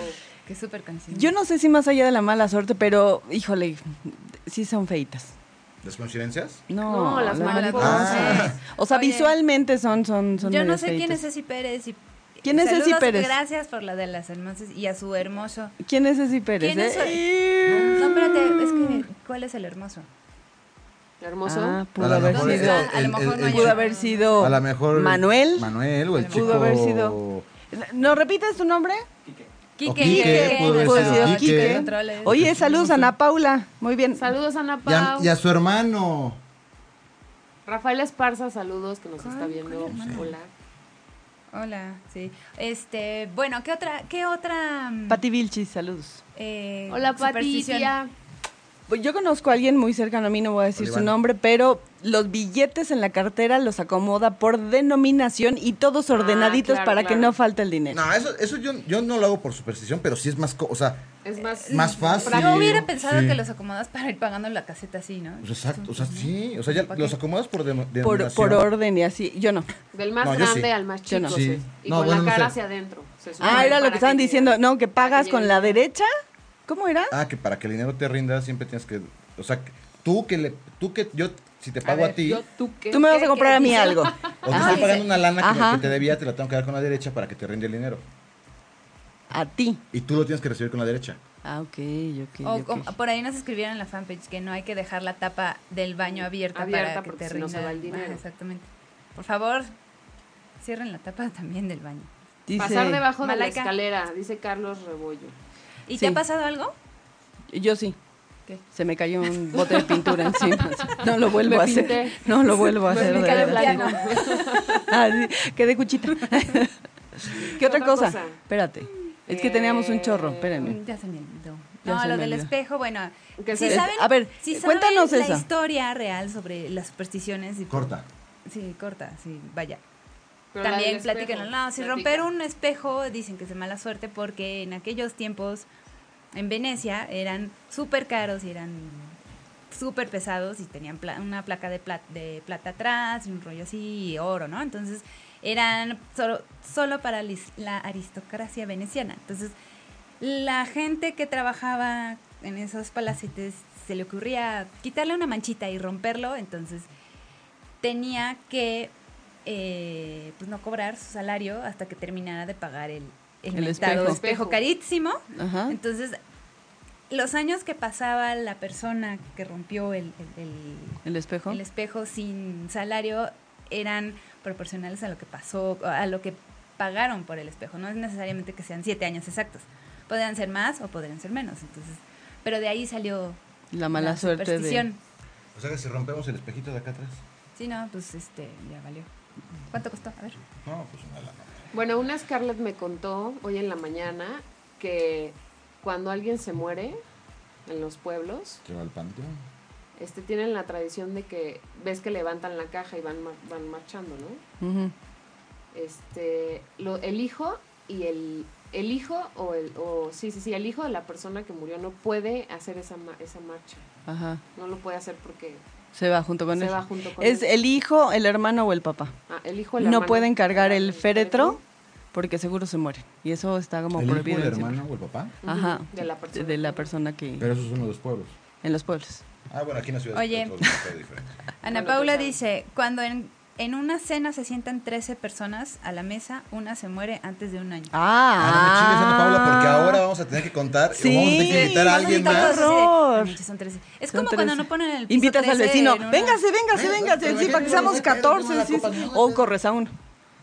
Qué súper canción.
Yo no sé si más allá de la mala suerte, pero, híjole, sí son feitas.
¿Las coincidencias?
No,
No,
Ah.
las
mariposas.
mariposas.
O sea,
Ah. Oye,
visualmente son, son, son
Yo no
medias
sé quién
feitas.
es Ceci Pérez. Y,
¿Quién es Ceci
Saludos,
Pérez?
Gracias por la de las hermosas y a su hermoso.
¿Quién es Ceci Pérez?
¿Quién es?
eh?
No, espérate, es que ¿cuál es el hermoso?
hermoso.
Ah,
A
pudo
lo
haber
mejor
sido.
Ah, a lo mejor no hay-
Pudo haber sido.
A lo mejor.
Oh, Manuel.
Manuel o el
Pudo
chico.
haber sido. ¿No repites tu nombre?
Quique.
Quique, pudo haber
nuestro
sido
chico
Quique.
de controles.
Oye, saludos a Ana Paula. Muy bien.
Saludos Ana
Y a,
Pau.
y a su hermano.
Rafael Esparza, saludos, que nos
¿Cuál-
está viendo.
cuál hermano?
Hola.
Hola, sí. Este, bueno, ¿qué otra, qué otra? mm,
Pati Vilchis, saludos.
eh,
Hola, Pati,
superstición?
tía.
Pues yo conozco a alguien muy cercano a mí, no voy a decir su
Oliván.
nombre, pero los billetes en la cartera los acomoda por denominación y todos ordenaditos
claro,
para
claro.
que no falte el dinero.
No, eso, eso yo, yo no lo hago por superstición, pero sí es más, co- o sea,
Es más,
Eh, más fácil.
Yo hubiera pensado
Sí.
que los acomodas para ir pagando la caseta así, ¿no?
pues exacto, o sea, sí, o sea, ya los acomodas por demo-
Por,
denominación.
por orden y así. Yo no.
Del más
No, yo
grande
sí.
al más
Yo
chico.
no.
Sí.
sí. Y
No,
con
bueno,
la
no
cara
sé.
hacia adentro. se
Ah,
supone,
era lo
para
que estaban
llegue-
diciendo. No, que
para
pagas con
llegue.
la derecha. ¿Cómo era?
Ah, que para que el dinero te rinda siempre tienes que, o sea, que tú que le, tú que yo, si te pago a,
ver,
ti,
Yo, tú qué.
Tú me vas
qué-
a comprar a mí
qué-
algo. Ah,
o te
Ajá.
estoy pagando
Dice,
una lana que, me-
ajá.
que te debía, te la tengo que dar con la derecha para que te rinde el dinero.
A ti.
Y tú lo tienes que recibir con la derecha.
Ah, ok, ok.
O
ok.
com- por ahí nos escribieron en la fanpage que no hay que dejar la tapa del baño abierta,
Abierta,
para que
porque
te
si no
rinda.
se va el dinero.
Ajá, exactamente. Por favor, cierren la tapa también del baño.
Dice,
Pasar debajo de la
Malaika.
escalera, dice Carlos Rebollo.
¿Y
Sí.
te ha pasado algo?
Yo sí.
¿Qué?
Se me cayó un bote de pintura encima. así. No lo vuelvo
Me
a hacer.
pinté.
No lo vuelvo a
Me
hacer. de
pinté de
verdad.
blanco.
Ah, sí, Quedé cuchita. ¿Qué otra
otra
cosa?
cosa? Eh,
Espérate. Es que teníamos un chorro, espérenme.
Mm, Ya se me olvidó.
Ya
No,
se
lo
me
del
olvidó.
espejo, bueno.
Que
si
se-
saben,
a ver,
si saben
cuéntanos
la
esa.
historia real sobre las supersticiones. Y
Corta.
Sí, corta, sí, vaya.
Pero la
También
del espejo,
platíquenlo. No, si
platica.
romper un espejo dicen que es de mala suerte porque en aquellos tiempos en Venecia eran súper caros y eran súper pesados y tenían pla- una placa de, pla- de plata atrás y un rollo así y oro, ¿no? Entonces eran solo, solo para lis- la aristocracia veneciana. Entonces la gente que trabajaba en esos palacetes se le ocurría quitarle una manchita y romperlo, entonces tenía que eh, pues no cobrar su salario hasta que terminara de pagar el, el,
El
mentado
espejo. Ah.
espejo. carísimo.
Ajá.
Entonces, los años que pasaba la persona que rompió el, el- el-
¿El espejo?
el espejo sin salario eran proporcionales a lo que pasó, a lo que pagaron por el espejo. No es necesariamente que sean siete años exactos. Podrían ser más o podrían ser menos. Entonces, pero de ahí salió
La mala
la
suerte de...
superstición.
O sea que si rompemos el espejito de acá atrás.
Sí, no, pues este, ya valió. ¿Cuánto costó? A ver.
No, pues una lana.
Bueno, una Scarlett me contó hoy en la mañana que cuando alguien se muere en los pueblos,
Se va al panteón.
este, tienen la tradición de que ves que levantan la caja y van, mar- van marchando, ¿no?
Ujú.
Este, lo, el hijo y el, el hijo o el, o, sí, sí, sí, el hijo de la persona que murió no puede hacer esa, ma- esa marcha.
Ajá.
No lo puede hacer porque
Se va junto con
se
él.
va junto con
es
él.
el hijo, el hermano o el papá.
Ah, el hijo, el
No
hermano.
pueden cargar el
Este,
féretro porque seguro se mueren. Y eso está como
¿El hijo,
prohibido.
el
en siempre.
hermano o el papá?
Ujú,
Ajá.
De la persona.
De la persona que...
Pero esos son los dos pueblos.
En los pueblos.
Ah, bueno, aquí en la ciudad
Oye.
es todo diferente.
Ana
Bueno,
Paula
pues, ah.
dice, cuando en, en una cena se sientan 13 personas a la mesa, una se muere antes de un año.
Ah,
Ah, no me chingues, Ana Paula, porque ahora vamos a tener que contar.
Sí.
Vamos a tener que invitar a
Sí,
alguien
vamos a invitar
más.
a otro. horror.
Ay, muchos son 13. Es
Son
como cuando
13.
no ponen el piso
Invitas al
13
vecino.
en una-
Véngase, véngase,
Eh,
véngase.
pero
Sí,
imagínate,
para que seamos
no sé, no
14.
la
Sí,
copa,
sí.
no la
O
sé.
corres a uno.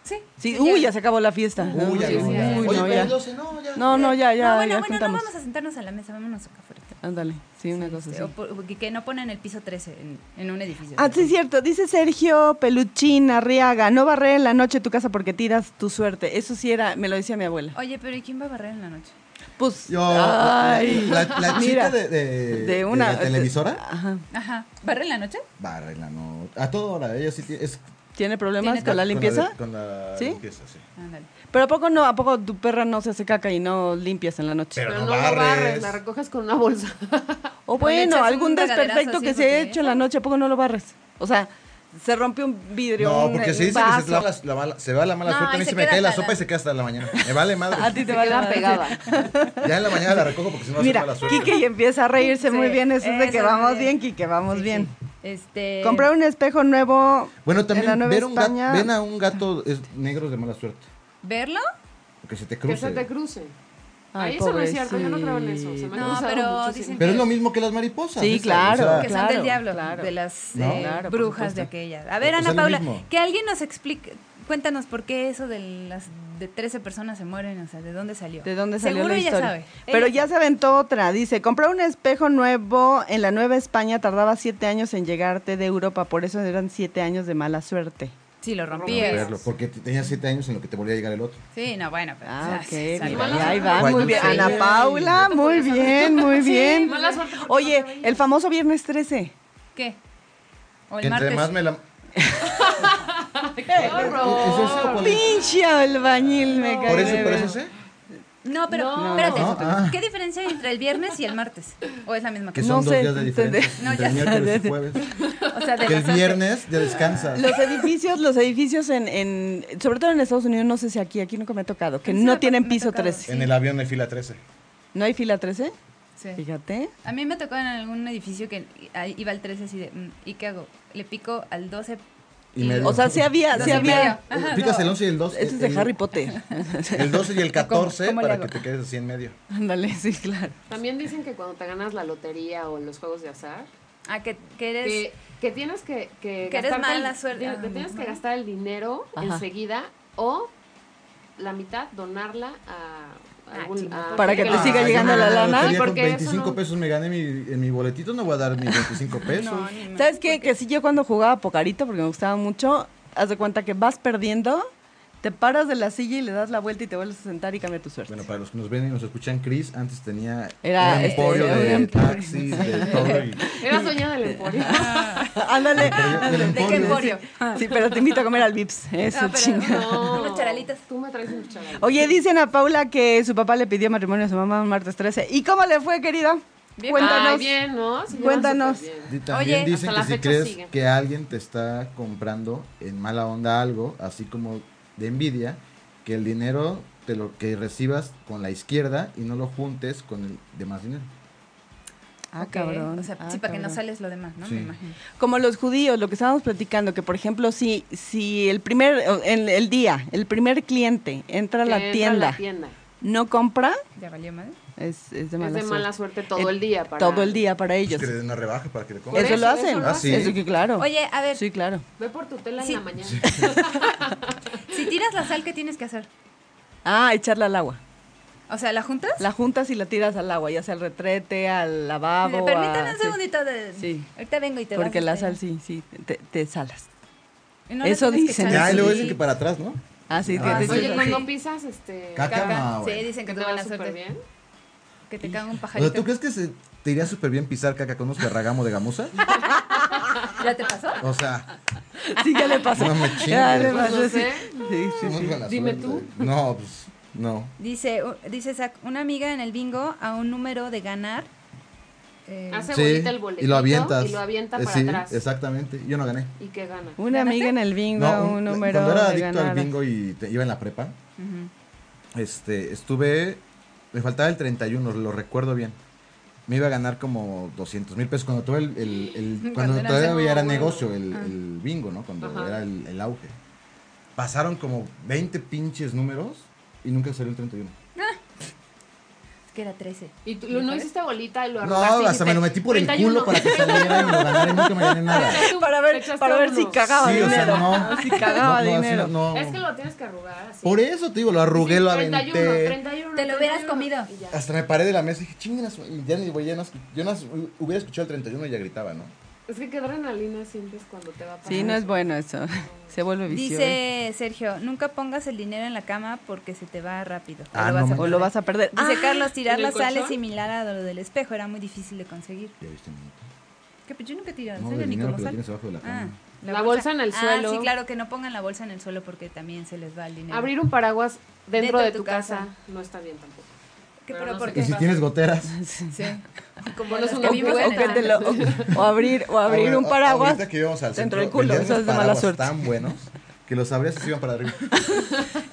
Sí.
Sí,
ya.
uy, ya se acabó la fiesta.
Uy, ya,
Sí,
no,
sí,
ya.
sí.
Uy,
Oye,
no,
pero
ya.
doce, no, ya.
No, no, ya, ya,
no, bueno,
ya
bueno,
juntamos.
no vamos a sentarnos a la mesa, vámonos acá afuera.
Ándale, sí, una cosa
Este, o
así.
por- o que- que no ponen el piso 13 en, en un edificio.
Ah, sí, es cierto. Dice Sergio Peluchín Arriaga, no barrer en la noche tu casa porque tiras tu suerte. Eso sí era, me lo decía mi abuela.
Oye, pero ¿y quién va a barrer en la noche?
Pues,
Yo,
ay,
la, la
mira,
chica de, de-
de una-
de la televisora,
Ajá.
Ajá. ¿Barre en la noche?
barre la noche. A toda hora, ella sí tiene. Es,
¿Tiene problemas
Tiene
con la
de-
limpieza?
Con la
¿Sí?
limpieza, sí.
Ándale.
Pero ¿a poco no? ¿A poco tu perra no se hace caca y no limpias en la noche?
Pero
Pero
no,
no
lo barres,
barres.
la recoges con una bolsa.
O
le
bueno,
echas
algún
un regaderazo
desperfecto
así,
que se ha
porque-
hecho en la noche, ¿a poco no lo barres? O sea, se rompe un vidrio,
No,
un, eh,
porque
un
se dice que
vaso.
se, clava la- la mala- se va la mala
No,
suerte. A
y
mí se,
se
me
queda
cae la
hasta
sopa
la-
y se queda hasta la mañana. Me vale
A
madre.
ti te
Se
va
queda
la
pegada.
ya en la mañana la recojo porque si no, no
Mira,
mala suerte.
Kike y empieza a reírse
Sí,
muy bien, eso es de que
eso, muy
vamos
bien.
bien, Kike, vamos
Sí,
Pues bien. Eh,
sí. Este...
Comprar un espejo nuevo
Bueno,
en la
también
Nueva
ver, un gato,
España.
ven a un gato es, negro es de mala suerte.
¿Verlo?
Que se te
Que
cruce.
se te cruce.
Ay,
Ay, eso no es cierto, yo no creo en eso. Se me ha
pobrecito.
No,
cruzado
pero
muchísimo.
dicen
Pero es lo mismo que las mariposas.
Sí,
esa,
claro.
o sea,
que
Ah, Claro,
son del diablo,
claro.
de las
No.
eh,
Claro, por
brujas
supuesto.
de aquella. A ver, Ana
Pues es lo
Paula,
mismo.
que alguien nos explique, cuéntanos por qué eso de las de 13 personas se mueren, o sea, ¿de dónde salió?
¿De dónde salió
Seguro
la historia?
ella sabe.
Pero
Ella
ya se aventó otra. Dice, comprar un espejo nuevo en la Nueva España tardaba siete años en llegarte de Europa. Por eso eran siete años de mala suerte.
Sí, lo
Rompías.
rompías.
verlo, Porque te- tenías siete años en lo que te volvía a llegar el otro.
Sí, no, bueno. pues, Pero,
Ah,
o
ok.
sea, salió.
mira,
Mala
y ahí
suerte.
va. Muy
Cuando
bien.
se-
Ana Paula, muy bien, muy bien.
Mala suerte porque no
Oye,
te veía.
el famoso Viernes 13.
¿Qué? O el
que
martes.
entre más me la...
¡Qué
¿Es ese o
horror!
cuál es?
Pinche albañil, me cae.
¿Por
de
eso,
ver.
por eso ese?
No, pero
No.
espérate.
No, ah.
¿Qué diferencia hay entre el viernes y el martes? ¿O es la misma
Que
cosa?
No
son dos
sé,
días de
entendí.
diferencia.
No,
entre
ya
miércoles y
sé.
jueves.
O sea, de
Que el
las once.
viernes ya descansas.
Los edificios, los edificios en, en, sobre todo en Estados Unidos, no sé si aquí, aquí nunca me ha tocado, que
A mí sí
no
me-
tienen
me ha
piso
tocado.
13.
En el avión de fila 13.
¿No hay fila 13?
Sí.
Fíjate.
A mí me tocó en algún edificio que ahí iba al 13 así de, mm, ¿y qué hago? Le pico al 12.
Y medio.
O sea, sí había,
Dos
sí
y
había.
medio. Ajá,
Picas
no.
el 11 y el 12.
Eso es de
el,
Harry Potter.
El 12 y el 14
¿Cómo- cómo le
para
hago?
que te quedes así en medio.
Ándale, sí, claro.
También dicen que cuando te ganas la lotería o los juegos de azar,
Ah, que, que eres...
que, que tienes que, que,
Que eres
gastarte
mala
el-
suerte. Ah,
ti- que tienes que
Ajá.
gastar el dinero
Ajá.
enseguida o la mitad donarla
Ah,
a algún
chingada.
a-
Para que te siga
Ah,
yo
llegando
me
la
gané
lana.
lotería Con
Porque eso
25
no-
pesos me gané mi, en mi boletito, no voy a dar mis 25 pesos.
No, ni más.
¿Sabes qué? Que sí, yo cuando jugaba pocarito, porque me gustaba mucho, haz de cuenta que vas perdiendo, te paras de la silla y le das la vuelta y te vuelves a sentar y cambia tu suerte.
Bueno, para los que nos ven y nos escuchan, Chris antes tenía
Era,
un
este,
emporio
era un
de
emporio.
taxis, de todo. y-
Era dueña del emporio.
Ah.
Ándale.
¿De
Del
qué
emporio.
emporio?
Sí, pero te invito a comer al Vips. Eso,
Ah, pero-
chinga.
No.
Unas charalitas.
Tú me traes unos charalitas.
Oye, dicen a Paula que su papá le pidió matrimonio a su mamá un martes 13. ¿Y cómo le fue, querida?
Bien.
Cuéntanos.
Ay, bien, ¿no? Sí, llevan
Cuéntanos.
superbién.
Y También
Oye,
dicen
hasta
que
la
si
fecha
crees
sigue.
que alguien te está comprando en mala onda algo, así como de envidia, que el dinero te lo que recibas con la izquierda y no lo juntes con el demás dinero.
Ah,
Ok,
cabrón.
O sea,
Ah,
sí, para que no
cabrón.
sales lo demás, ¿no?
Sí.
Me imagino.
Como los judíos, lo que estábamos platicando, que por ejemplo, si, si el primer, o el, el día, el primer cliente entra a
Que
la
entra
tienda,
la tienda.
no compra,
¿Ya valió madre?
es, es de
Es
mala
de mala
suerte.
suerte todo el día. Para...
Todo el día para ellos.
Pues que le den una rebaja para que le
Por
Eso,
compres.
eso,
lo hacen.
eso
lo Ah, hacen. sí.
Eso que claro.
Oye, a ver,
Sí, claro.
Ve por tu tela
Sí.
en la mañana.
si tiras la sal, ¿qué tienes que hacer?
Ah, echarla al agua.
O sea, ¿la juntas?
La juntas y la tiras al agua, ya sea al retrete, al lavabo.
Mire,
a-
Permítame un
ah, sí.
segundito de...
Sí.
Ahorita vengo y te
Porque
vas,
la
este,
sal, sí, sí, te, te salas.
y no le
Eso
tienes que
dicen.
echar
Ya, y luego
así.
dicen que para atrás, ¿no?
Ah, sí,
Ah,
que te
sí.
Oye,
echas-
cuando pisas, este.
Caca,
Caca.
no,
Sí,
güey.
dicen que
Que
te
te va
mala
súper
suerte.
bien.
Que te caga un
O sea,
pajarito.
¿tú crees que se te iría súper bien pisar caca con unos ferragamo de gamuza?
¿Ya te pasó?
O sea,
Sí, ya le pasó.
No me chingues.
Ya le
Pues
no
pasó, sí.
sé.
Sí, sí,
muy
sí.
buena
Dime
suerte. No, pues, no.
Dice, u- dice Zach, una amiga en el bingo a un número de ganar. eh,
Hace
Sí,
bolita el boletito
y lo avientas.
Y lo avienta
Eh,
para
sí,
atrás.
exactamente. Yo no gané.
¿Y qué gana?
Una amiga en el bingo,
No,
un, número.
Cuando era
de
adicto al
ganar.
bingo y te- iba en la prepa,
ujú.
este, estuve, me faltaba el 31, lo recuerdo bien. Me iba a ganar como 200 mil pesos cuando, todo el, el- el-
Cuando
cuando
era-
todavía era
No,
negocio el,
Ah.
el bingo, ¿no? Cuando
Ajá.
era el, el auge. Pasaron como 20 pinches números y nunca salió el 31.
Es que era 13.
Y tú, lo- no hiciste bolita y lo
No,
arrojaste. y
hasta me
dijiste,
lo metí por el
31.
culo para que saliera y lo ganara y nunca me gané nada.
Echaste un-
Para ver,
echaste
para ver si
uno.
cagaba
Sí, o sea,
dinero.
no.
Si cagaba
No, no, así
dinero.
no, no.
Es que lo tienes que arrugar así.
Por eso te digo, lo arrugué, lo aventé.
31, 31,
Te lo hubieras comido.
Y ya.
Hasta me paré de la mesa y dije, chingas, ya ni voy, ya no, escu- yo no escu- hubiera escuchado el 31 y ya gritaba, ¿no?
Es que qué adrenalina sientes cuando te va a pasar.
Sí, no es bueno eso. Se vuelve ¿eh? vicioso.
Dice Sergio, nunca pongas el dinero en la cama porque se te va rápido. o lo
Ah, no
vas a
mames.
O lo vas a perder.
Dice
Ah,
Carlos, tirar
¿en el
la sal es
colchón?
similar a lo del espejo, era muy difícil de conseguir.
Ya viste, niñito.
¿Qué? Pues yo nunca tiré la
No,
sal,
del
ni
dinero
como
que lo
sal.
tienes abajo de la
Ah,
cama.
La bolsa en el
ah,
suelo.
Sí, claro, que no pongan la bolsa en el suelo porque también se les va el dinero.
Abrir un paraguas dentro de tu casa, no está bien tampoco.
¿Qué,
pero
pero
no
por
sé
qué?
Y si tienes goteras.
Sí. Como
Pones
los
una
que
o,
vivo
que- o
viven en
que
el-
te lo- o- o abrir, o abrir
Ahora-
un
a-
paraguas.
Ahorita que íbamos al
dentro
centro,
del culo,
vendían
eso es
unos
de mala
paraguas
suerte.
tan buenos que los abrías y se iban para arriba.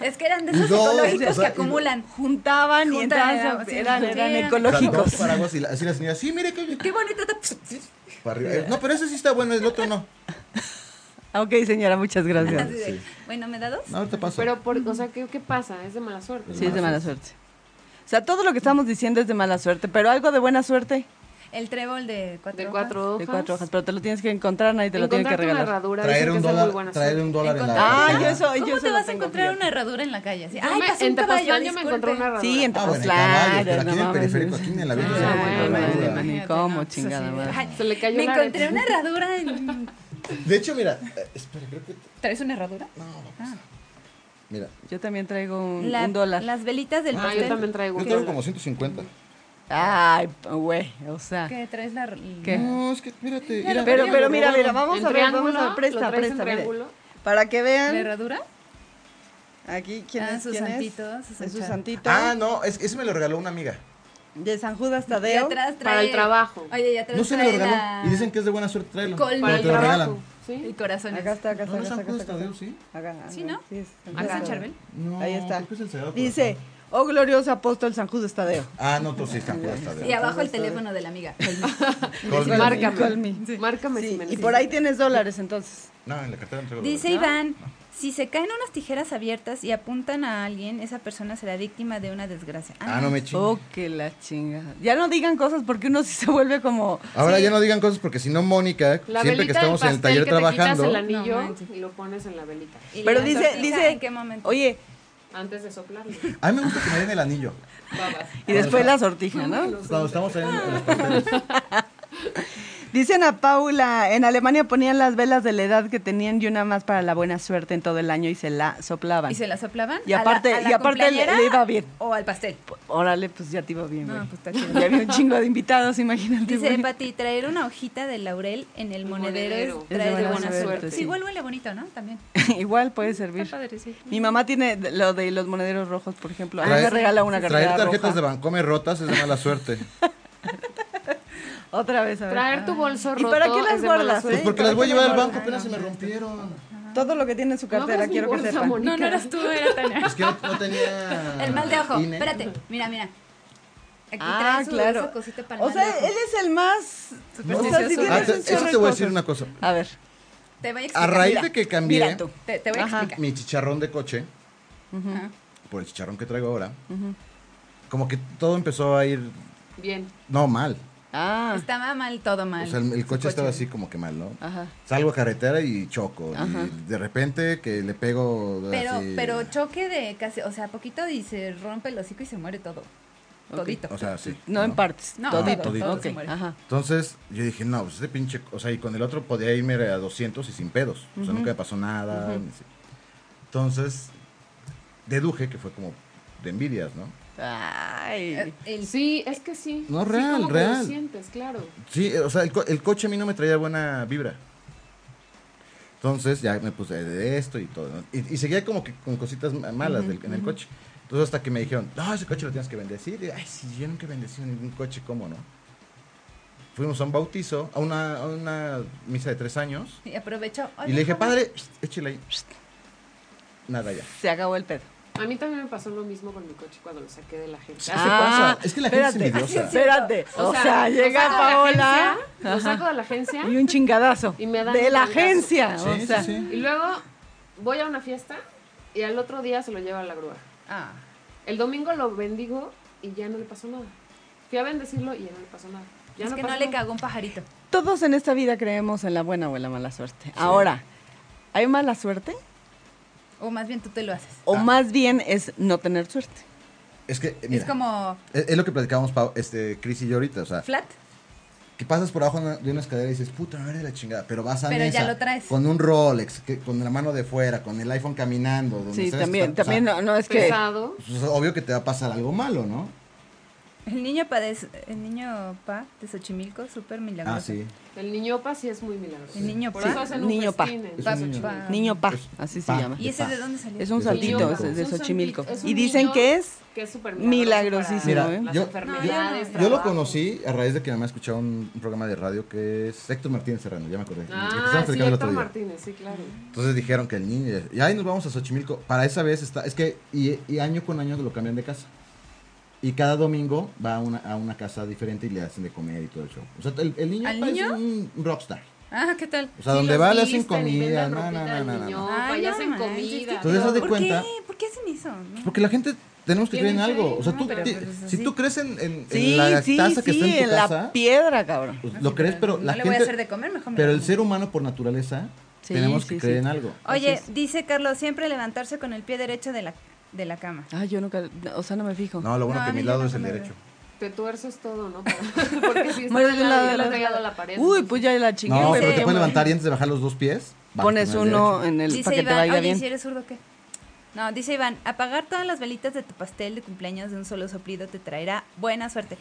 Es que eran de
Y
esos
dos,
ecológicos
o sea,
que acumulan.
Juntaban y
Juntaban,
entraban,
sí,
eran,
sí,
eran
eran-
Los
ecológicos.
paraguas y la- así la señora, sí, mire que
Qué bonito. está-
para arriba. Eh, No, pero ese sí está bueno, el otro no.
Ah, Ok, señora, muchas gracias.
Así de, Bueno, ¿me da dos?
No, ahorita paso.
Pero, por, o sea, ¿qué, qué pasa? Es de mala suerte.
Sí, es de mala suerte. O sea, todo lo que estamos diciendo es de mala suerte, pero algo de buena suerte
El trébol de cuatro.
De
hojas.
cuatro hojas.
de cuatro hojas, pero te lo tienes que encontrar, nadie te lo tiene que
Encontrarte una
regalar.
herradura. dicen
traer
que
un
es de
dólar,
muy buena
traer un
suerte.
dólar en la
Ah,
cartera.
yo eso,
¿Cómo
yo eso
te
lo
vas a
tengo,
encontrar
fíjate.
una herradura en la calle? Así,
Yo
Ay,
me-
pasó
en
un caballo,
Tepoztlán yo me encontré una
disculpe".
herradura.
Sí, en
Ah, bueno, en
Tepoztlán.
caballos, pero aquí
no
en el
mames.
periférico, aquí en la avenida
Sí,
se encuentra
no,
una
no, no,
herradura.
ni
Imagínate,
cómo,
no,
chingada
sí,
madre.
ay,
Se le cayó
Me
la
encontré
arete.
una herradura en...
De hecho, mira, eh, espera, creo que.
¿Traes una herradura?
Mira,
Yo también Ah. traigo un,
La-
un dólar.
Las velitas del
Ah,
pastel.
yo también traigo
yo
un
tengo
dólar.
como 150.
Ay, güey, o sea.
Que traes la...
¿Qué?
No, es que espérate.
Ya lo
Pero,
mira,
Triángulo,
pero mira, mira,
triángulo.
vamos
¿En
a ver, vamos
triángulo?
a ver, presta,
¿Lo traes en
presta, mire.
triángulo?
Para que
¿La
vean,
herradura?
aquí, ¿quién
Ah,
es?
su
quién es?
santito, su
Es su
sanchado.
santito.
Ah, no, es, ese me lo regaló una amiga.
De San Judas
Y
Tadeo.
atrás trae...
Para el trabajo.
Oye, ya atrás
No se me lo
trae
regaló.
la-
Y dicen que es de buena suerte traerlo.
Colmillo.
Para
Cuando
el
te lo
trabajo.
regalan.
Y
¿sí?
corazones.
Acá está, acá
¿No
está,
es
acá
San
está.
Judas
acá
Tadeo,
está.
¿eh? sí?
Acá,
Sí,
acá,
¿no? Ah,
sí, es
¿Acá
San Judas
es en
Tadeo.
Charbel?
No,
Ahí está.
creo que es el Sagrado
Dice,
Corazón.
oh glorioso apóstol San Judas Tadeo.
Ah, no, tú sí, San Judas Tadeo.
Y abajo el teléfono de la amiga.
Colmillo.
Márcame.
Call me.
Márcame
Sí,
si me
y
necesitas.
por ahí tienes dólares entonces.
No, en la cartera no traigo
Dice
dólares.
Iván, si se caen unas tijeras abiertas y apuntan a alguien, esa persona será víctima de una desgracia.
Ah, no me chingues.
Oh, que la chinga. Ya no digan cosas porque uno sí se vuelve como...
Ah.
Ahora ya no digan cosas porque si no, Mónica,
La
siempre que
velita
estamos en
del
el
pastel
taller
que te quitas
trabajando.
el anillo
No, manches.
y lo pones en la velita.
Y
Pero
la
dice,
tortilla,
dice...
¿En qué momento?
Oye,
Antes de soplarlo.
A mí me gusta que me den el anillo.
Babas.
y después la sortija, ¿no?
Cuando estamos ahí en, en los pasteles.
Dicen a Paula, en Alemania ponían las velas de la edad que tenían y una más para la buena suerte en todo el año y se la soplaban.
¿Y se la soplaban?
Y
¿A la-
aparte-
a la
y aparte le-
cumpleañera
le iba bien.
O al pastel.
Órale, pues ya te iba bien,
No,
güey.
pues está chido.
Ya había un chingo de invitados, imagínate.
Dice
güey.
Pati, traer una hojita de laurel en el monedero
monedero.
es traer
Es de
buena,
buena
suerte.
suerte,
Sí,
sí.
igual huele bonito, ¿no? También.
Igual puede servir.
padre, sí.
Mi mamá tiene de- lo de los monederos rojos, por ejemplo. A mí
Traer-
me regala una cartera
Traer tarjetas de
roja.
Bancomer rotas es de mala suerte.
Otra vez, a ver.
Traer tu bolso
¿Y
roto.
para qué las
es de mala
guardas,
suerte.
eh?
Pues Porque
¿Para
las voy a
qué
llevar al
guardas?
banco, apenas se me rompieron.
Todo lo que tiene en su
No
cartera,
abras mi
quiero que
bolsa,
sepan.
Mónica.
No, no eras tú, era Tania.
Es que no, no tenía.
El mal de ojo.
INE.
Espérate, mira, mira. Aquí
Ah,
trae su,
claro.
esa cosita para el
O
mal de
sea,
ojo.
él es el más... O sea, si
Supersticioso.
tienes
Ah, te-
un
eso
chorro
te voy a
de
decir
cosas.
una cosa.
A ver.
Te voy a
A
explicar.
raíz
mira.
de que cambié
Mira tú.
Te, te voy a
Ajá.
explicar.
mi chicharrón de coche,
Ajá.
por el chicharrón que traigo ahora, como que todo empezó a ir.
Bien.
No, mal.
Ah,
Estaba mal, todo mal.
O sea, Pues el, el
Su
coche estaba así como que mal, ¿no?
ajá.
Salgo a carretera y choco. Y de repente que le pego.
Pero,
así-
pero choque de casi, o sea, poquito y se rompe el hocico y se muere todo. Todito.
O sea, sí.
No en partes.
No,
todito.
todo, todo
Ok,
se muere.
ajá.
Entonces yo dije, no, pues este pinche. O sea, y con el otro podía irme a 200 y sin pedos. O sea, nunca me pasó nada. ni así. Entonces deduje que fue como de envidias, ¿no?
Ay.
Eh, El-
Sí, es que sí.
No,
Sí,
real,
como que
real.
lo sientes, claro.
Sí, o sea, el, co- el coche a mí no me traía buena vibra. Entonces ya me puse de esto y todo. ¿no? Y, y seguía como que con cositas ma- malas del- en el coche. Entonces hasta que me dijeron, no, ese coche lo tienes que bendecir. Y, Ay, si yo nunca he bendecido ningún coche, ¿cómo no? Fuimos a un bautizo, a una, a una misa de tres años.
Y aprovechó.
y le dije, padre, échale ahí. Nada ya.
Se acabó el pedo.
A mí también me pasó lo mismo con mi coche cuando lo saqué de la agencia.
Ah, pasa? Es que la gente es envidiosa.
Espérate. O sea, llega Paola.
Lo saco de la agencia.
Y un chingadazo.
Y me dan
de
un
la
chingazo.
agencia.
Sí,
o
sí,
sea,
sí.
Y luego voy a una fiesta y al otro día se lo lleva a la grúa.
Ah,
El domingo lo bendigo y ya no le pasó nada. Fui a bendecirlo y ya no le pasó nada. Ya
es que no
pasó
le
nada.
cagó un pajarito.
todos en esta vida creemos en la buena o en la mala suerte. Ahora, ¿hay mala suerte?
O más bien tú te lo haces.
O
Ah.
más bien es no tener suerte.
Es que, mira,
Es como
es, es lo que platicábamos Pau- este, Chris y yo ahorita. O sea,
flat.
que pasas por abajo de una escalera y dices, puta, madre de la chingada, pero vas a
Pero ya
mesa,
lo traes.
con un Rolex, que- con la mano de fuera, con el iPhone caminando. donde
Sí,
sabes
también,
que está-
también
o sea,
no, no es que...
pesado.
pues, es obvio que te va a pasar algo malo, ¿no?
El niño pa de, el niño pa de Xochimilco, súper milagroso.
Ah, sí.
El niño pa sí es muy milagroso.
El niño
Por
pa.
eso hacen un
Niño pa.
festín en
Es
Pa-
un niño.
pa-
Niño pa,
Es-
así se
Pues, pa.
llama.
¿Y ese
Pa.
de dónde salió?
Es un
Es
saltito,
Xochimilco.
es de
Es un
Xochimilco.
sandwich, es un
Y dicen
niño
que es...
que es súper
Milagrosísimo,
milagrosísimo.
¿eh?
Ah, Las
Yo-
enfermedades,
No,
Yo lo
trabajo.
conocí a raíz de que mi mamá escuchaba un, un programa de radio que es Héctor Martínez Serrano, ya me acordé. que
Ah,
estábamos
sí,
platicando el
Héctor
otro día.
Martínez, sí, claro.
Entonces dijeron que el niño, y ahí nos vamos a Xochimilco. Para esa vez está, es que, y, y año con año lo cambian de casa. Y cada domingo va a una, a una casa diferente y le hacen de comer y todo el show. O sea, el, el niño
¿Al
parece
niño?
un un rockstar.
Ah, ¿qué tal?
O sea,
Sí,
donde
los
va le hacen
visten y
comida,
venden
no,
ropita
no, no,
al
no, no.
niño,
Ay,
pa, y
no
hacen
manches,
comida.
qué
Entonces, haz de
¿Por
cuenta-
qué? ¿Por qué hacen eso? No.
Porque la gente tenemos que creer en
Tienen fe,
algo. O sea,
¿no?
tú,
Pero,
ti-
pues, es
si
así.
tú crees en, en- en
Sí,
la
sí,
taza que
sí,
está en
en
tu
la
casa,
piedra, cabrón.
pues, lo crees, pero
No
la
le
gente.
voy a hacer de comer, mejor me
pero
lo
el
como.
ser humano por naturaleza
Sí,
tenemos
sí,
que
sí.
creer en algo.
Oye,
Así
dice Carlos, siempre levantarse con el pie derecho de la, de la cama.
Ah, yo nunca... O sea, no me fijo.
No, lo bueno
No,
que
a
mi
mí
lado
no
es el
me-
derecho.
Te tuerces todo, ¿no? Para- Porque si está
Mueres de un
pegado, yo
lado, del
lo he
otro.
pegado a la pared.
Uy, pues ya la chingué.
No,
güey,
pero te
porque
puedes
me-
levantar y antes de bajar los dos pies. vas
Pones
con el
uno
derecho.
en el...
dice
para que
Iván,
te vaya
oye,
bien.
si eres zurdo, ¿qué? No, dice Iván, apagar todas las velitas de tu pastel de cumpleaños de un solo soplido te traerá buena suerte.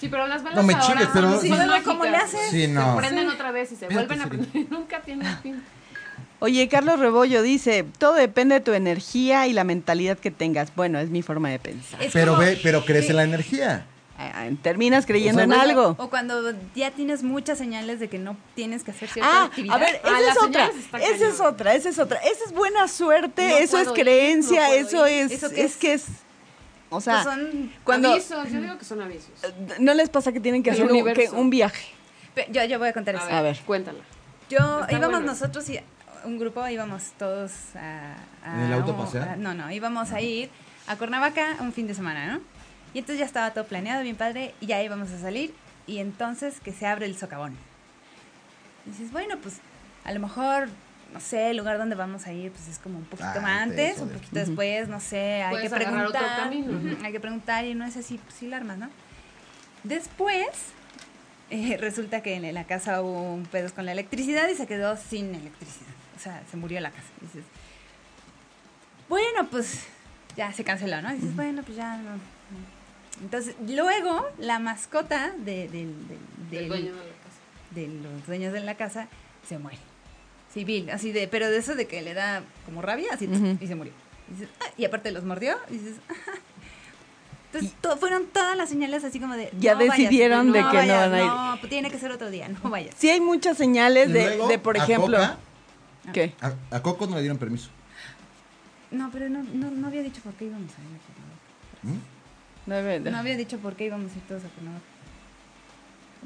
Sí, pero las balas
No me
ahora
chingues, pero-
son
Sí,
más
luego, ¿cómo
mágicas.
le haces?
Sí, no.
Se prenden otra vez y se
Fíjate,
vuelven a
Siri.
prender. Nunca
Ah.
tienen fin.
Oye, Carlos Rebollo dice, todo depende de tu energía y la mentalidad que tengas. Bueno, es mi forma de pensar.
Es
Ah, Pero
como-
ve, pero crece
sí.
la energía.
Ah, Terminas creyendo en
Cuando-
algo.
O cuando ya tienes muchas señales de que no tienes que hacer cierta
Ah,
actividad.
a ver,
Ah,
esa
las
es otra,
señales están
esa es
cañón.
otra, esa es otra, esa es buena suerte,
No
eso es
puedo ir,
creencia,
no puedo
eso
ir.
es,
¿Eso qué
es,
es?
que es, o sea,
Pues son-
cuando Eh,
Avisos, yo digo que son avisos.
no les pasa que tienen que
El
hacer un, que
universo.
un viaje.
Pe- Yo, yo voy a contar eso.
A ver.
Cuéntala.
Yo
Está
íbamos
bueno.
nosotros y un grupo íbamos todos a, a-
¿En el auto a pasear? Ah.
a- no, no, íbamos a ir a Cuernavaca un fin de semana, ¿no? Y entonces ya estaba todo planeado, bien padre, y ya íbamos a salir y entonces que se abre el socavón. Y dices, bueno, pues a lo mejor no sé, el lugar donde vamos a ir pues es como un poquito
Ah, Antes
más antes,
o
un
de-
poquito después, no sé, hay
Puedes
que
agarrar
preguntar,
otro camino, ¿no?
ujú, hay que preguntar y no es así, pues sí la armas, ¿no? Después eh, resulta que en la casa hubo un pedos con la electricidad y se quedó sin electricidad. O sea, se murió la casa. Dices, bueno, pues ya se canceló, ¿no? Dices, bueno, pues ya no. Entonces, luego la mascota de, del-
Del
del- del-
dueño de la casa.
de los dueños de la casa se muere. Civil, así de, pero de eso de que le da como rabia, así, tss,
Ujú.
y se murió. Y, dices, "Ah", y aparte los mordió, y dices, "Ajá". Entonces, to- fueron todas las señales así como de.
Ya
vayas,
decidieron de que no
vayas,
van a ir.
No, pues, tiene que ser otro día, no vayas.
Sí hay muchas señales
Y
de,
luego,
de, por
a
ejemplo,
Coca-
¿qué?
A, a Coco no le dieron permiso.
No, pero no, no, no había dicho por qué íbamos a ir a Cuernavaca.
¿Mm?
No, de verdad.
No había dicho por qué íbamos a ir todos a Cuernavaca.